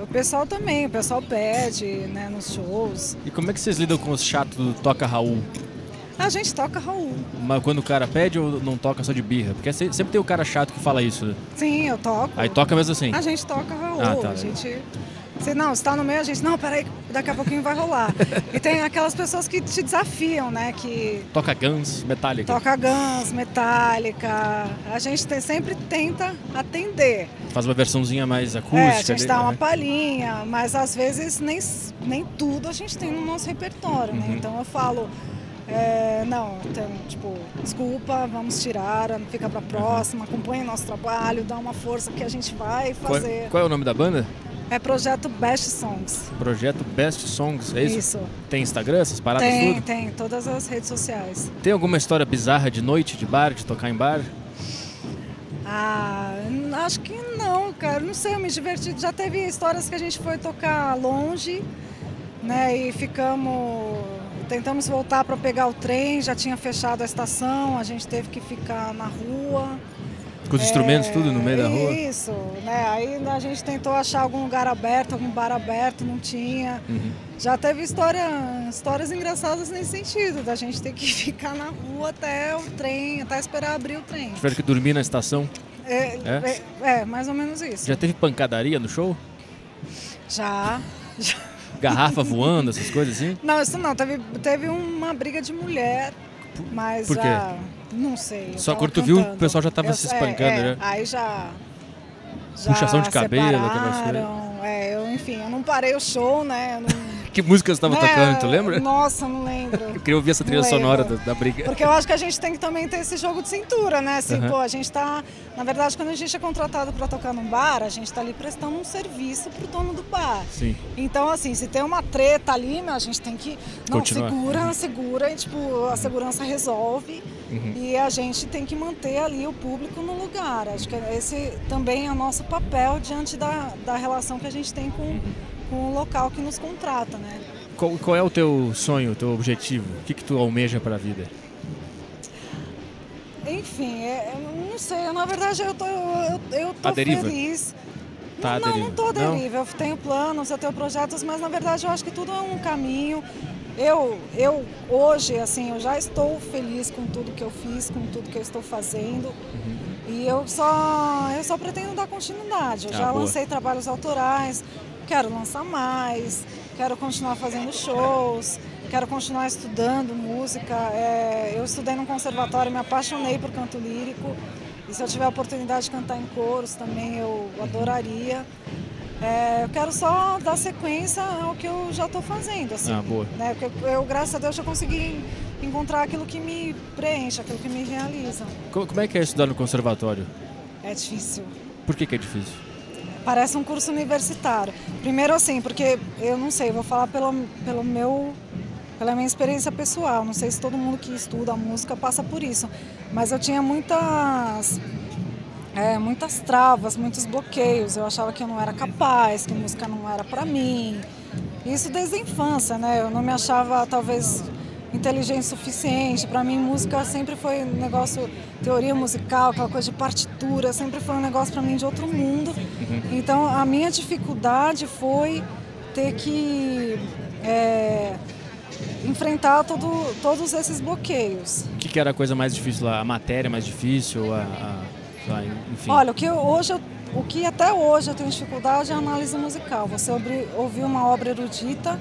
O pessoal também, o pessoal pede, né, nos shows. E como é que vocês lidam com os chatos do Toca Raul? A gente toca Raul. Mas quando o cara pede ou não toca só de birra? Porque é se- sempre tem o cara chato que fala isso. né? Sim, eu toco. Aí toca mesmo assim. A gente toca Raul. Ah, tá. A gente. Se não, está no meio, a gente. Não, peraí, daqui a pouquinho vai rolar. e tem aquelas pessoas que te desafiam, né? Que Toca Guns, Metallica. toca Guns, Metallica. A gente tem- sempre tenta atender. Faz uma versãozinha mais acústica. é, a gente ali, dá uma né? palhinha, mas às vezes nem, s- nem tudo a gente tem no nosso repertório, né? Uhum. Então eu falo. é, não, então, tipo, desculpa, vamos tirar, fica Uhum. pra próxima, acompanha o nosso trabalho, dá uma força que a gente vai Qual, fazer. qual é o nome da banda? É projeto Best Songs. Projeto Best Songs, é isso? Isso. Tem Instagram, essas paradas tem, tudo? tem, todas as redes sociais. Tem alguma história bizarra de noite, de bar, de tocar em bar? Ah, n- acho que não, cara. Não sei, eu me diverti. Já teve histórias que a gente foi tocar longe, né? E ficamos. Tentamos voltar para pegar o trem, já tinha fechado a estação, a gente teve que ficar na rua. É. Com os instrumentos tudo no meio da rua? Isso, né? Aí a gente tentou achar algum lugar aberto, algum bar aberto, não tinha. Uhum. Já teve história, histórias engraçadas nesse sentido, da gente ter que ficar na rua até o trem, até esperar abrir o trem. Tiveram que dormir na estação. É, É? é, é, mais ou menos isso. Já teve pancadaria no show? Já. já. Garrafa voando, essas coisas assim? Não, isso não, teve, teve uma briga de mulher, mas por quê? já. Não sei. eu Só tava quando tu viu, o cantando. pessoal já tava Eu- se é, espancando, é, né? Aí já. já Puxação de cabelo, aquelas coisas. separaram, é, eu, enfim, eu não parei o show, né? Eu não- Que música você tava né, tocando, tu lembra? Nossa, não lembro. Eu queria ouvir essa trilha Não lembro. sonora da, da briga. Porque eu acho que a gente tem que também ter esse jogo de cintura, né? Assim, Aham. pô, a gente tá. Na verdade, quando a gente é contratado pra tocar num bar, a gente tá ali prestando um serviço pro dono do bar. Sim. Então, assim, se tem uma treta ali, né, a gente tem que. Não, Continuar. segura, segura, e, tipo, a segurança resolve. E a gente tem que manter ali o público no lugar. Acho que esse também é o nosso papel diante da, da relação que a gente tem com, com o local que nos contrata, né? Qual, qual é o teu sonho, o teu objetivo? O que, que tu almeja pra vida? Enfim, é- eu não sei. Na verdade, eu tô, eu, eu tô A deriva? feliz. Tá à não, não, deriva. não tô à Não? deriva. Eu tenho planos, eu tenho projetos, mas na verdade eu acho que tudo é um caminho. Eu, eu hoje, assim, eu já estou feliz com tudo que eu fiz, com tudo que eu estou fazendo. Uhum. E eu só, eu só pretendo dar continuidade. Eu Ah, já boa. lancei trabalhos autorais, quero lançar mais, quero continuar fazendo shows, quero continuar estudando música. É, eu estudei num conservatório, me apaixonei por canto lírico. E se eu tiver a oportunidade de cantar em coros também, eu adoraria. É, eu quero só dar sequência ao que eu já estou fazendo. Assim, Ah, boa. né? Porque eu, graças a Deus, já consegui encontrar aquilo que me preenche, aquilo que me realiza. Co- Como é que é estudar no conservatório? É difícil. Por que, que é difícil? Parece um curso universitário. Primeiro assim, porque eu não sei, eu vou falar pelo, pelo meu pela minha experiência pessoal, não sei se todo mundo que estuda música passa por isso, mas eu tinha muitas é, muitas travas, muitos bloqueios. Eu achava que eu não era capaz, que música não era pra mim. Isso desde a infância, né? Eu não me achava talvez inteligente o suficiente. Pra mim, música sempre foi um negócio teoria musical, aquela coisa de partitura, sempre foi um negócio pra mim de outro mundo. Então, a minha dificuldade foi ter que é, enfrentar todo- todos esses bloqueios. O que, que era a coisa mais difícil lá? A matéria mais difícil? A, a- sei lá, enfim. Olha, o que eu- hoje eu- o que até hoje eu tenho dificuldade é a análise musical. Você obri- ouvir uma obra erudita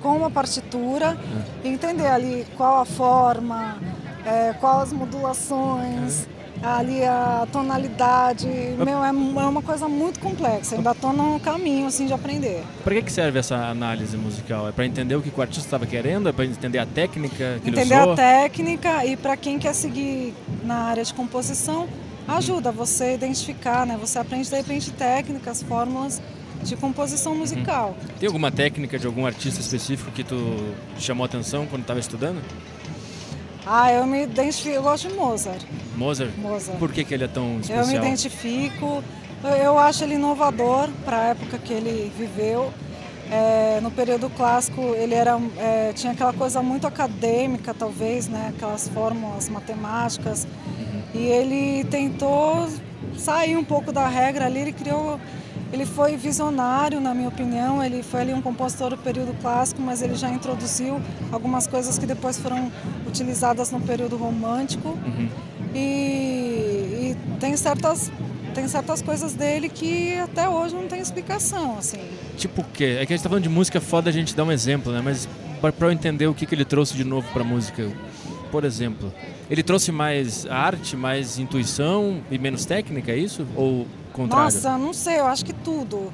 com uma partitura, e entender ali qual a forma, é, qual as modulações, ali a tonalidade. Meu, é, mu- é uma coisa muito complexa. Eu ainda estou num caminho assim de aprender. Pra que, que serve essa análise musical? É pra entender o que que o artista estava querendo? É pra entender a técnica que entender ele a usou? técnica e para quem quer seguir na área de composição, ajuda você a identificar, né? Você aprende de repente técnicas, fórmulas de composição musical. Tem alguma técnica de algum artista específico que tu chamou atenção quando tava estudando? Ah, eu me identifico, eu gosto de Mozart. Mozart? Mozart. Por que, que ele é tão Eu me especial? identifico, eu, eu acho ele inovador para a época que ele viveu. É, no período clássico ele era é, tinha aquela coisa muito acadêmica talvez né aquelas fórmulas matemáticas e ele tentou sair um pouco da regra ali, ele criou. Ele foi visionário, na minha opinião. Ele foi ali um compositor do período clássico, mas ele já introduziu algumas coisas que depois foram utilizadas no período romântico. E, e tem certas tem certas coisas dele que até hoje não tem explicação, assim. Tipo o quê? É que a gente tá falando de música foda, a gente dá um exemplo, né? Mas pra, pra eu entender o que, que ele trouxe de novo pra música, por exemplo, ele trouxe mais arte, mais intuição e menos técnica, é isso? Ou o contrário? Nossa, não sei, eu acho que tudo.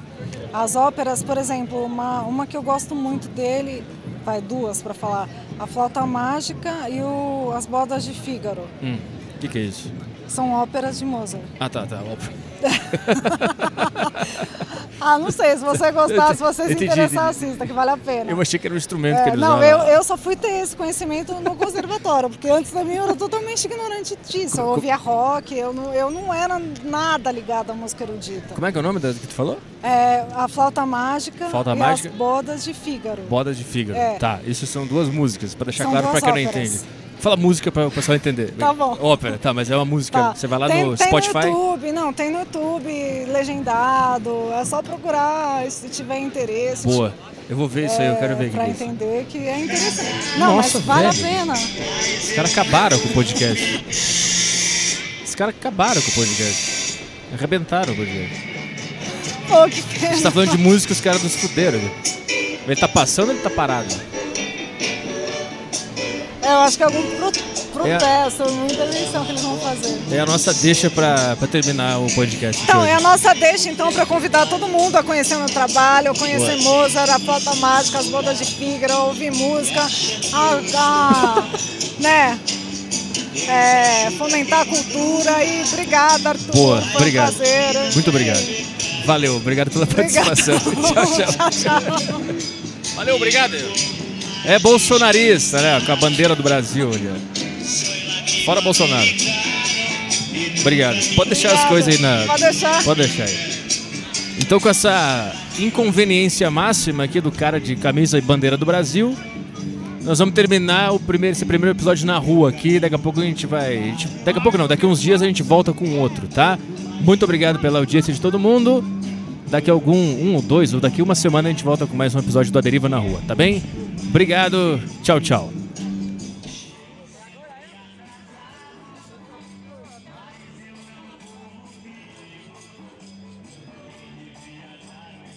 As óperas, por exemplo, uma, uma que eu gosto muito dele, vai duas para falar, a Flauta Mágica e o As Bodas de Fígaro. Hum, O que, que é isso? São óperas de Mozart. Ah, tá, tá, óbvio. Ah, não sei, se você gostar, se você se Entendi, interessar, entendi. assista, que vale a pena. Eu achei que era um instrumento É, que ele não, usava. eu, eu só fui ter esse conhecimento no conservatório, porque antes da minha eu era totalmente ignorante disso. Eu ouvia rock, eu não, eu não era nada ligada à música erudita. Como é que é o nome da que tu falou? É, a flauta mágica Flauta e mágica? as bodas de Fígaro. Bodas de Fígaro. É. Tá, isso são duas músicas, pra deixar São claro pra duas quem não óperas. entende. Fala música pra o pessoal entender. Tá bom. Ópera, tá, mas é uma música. Tá. Você vai lá tem, no tem Spotify. no YouTube, não, tem no YouTube, legendado. É só procurar se tiver interesse. Boa. Eu vou ver isso aí, eu quero ver o que Pra que é isso. entender que é interessante. Não, Nossa, mas vale velho. a pena. Os caras acabaram com o podcast. Os caras acabaram com o podcast. Arrebentaram o podcast. Pô, que pena. Você tá falando de música, os caras nos fuderam. viu? Ele tá passando ou ele tá parado? Eu acho que é algum pro, protesto, alguma intervenção que eles vão fazer. É a nossa deixa pra, pra terminar o podcast. Então, de é hoje. a nossa deixa, então, para convidar todo mundo a conhecer meu trabalho, a conhecer Mozart, a Plata Mágica, as Bodas de Fígaro, a ouvir música, a, a, né, é, fomentar a cultura e obrigada, Arthur. Boa, foi um obrigado. prazer. Muito obrigado. Valeu, obrigado pela Obrigada. participação. tchau, tchau. tchau. Valeu, obrigado. É bolsonarista, né? Com a bandeira do Brasil. ali, ó. Fora Bolsonaro. Obrigado. Pode deixar as Obrigada. coisas aí na. Pode deixar. Pode deixar aí. Então, com essa inconveniência máxima aqui do cara de camisa e bandeira do Brasil, nós vamos terminar o primeiro, esse primeiro episódio na rua aqui. Daqui a pouco a gente vai. a gente- daqui a pouco não, daqui a uns dias a gente volta com outro, tá? Muito obrigado pela audiência de todo mundo. Daqui a algum, um ou dois, ou daqui uma semana a gente volta com mais um episódio do A Deriva na Rua, tá bem? Obrigado, tchau, tchau.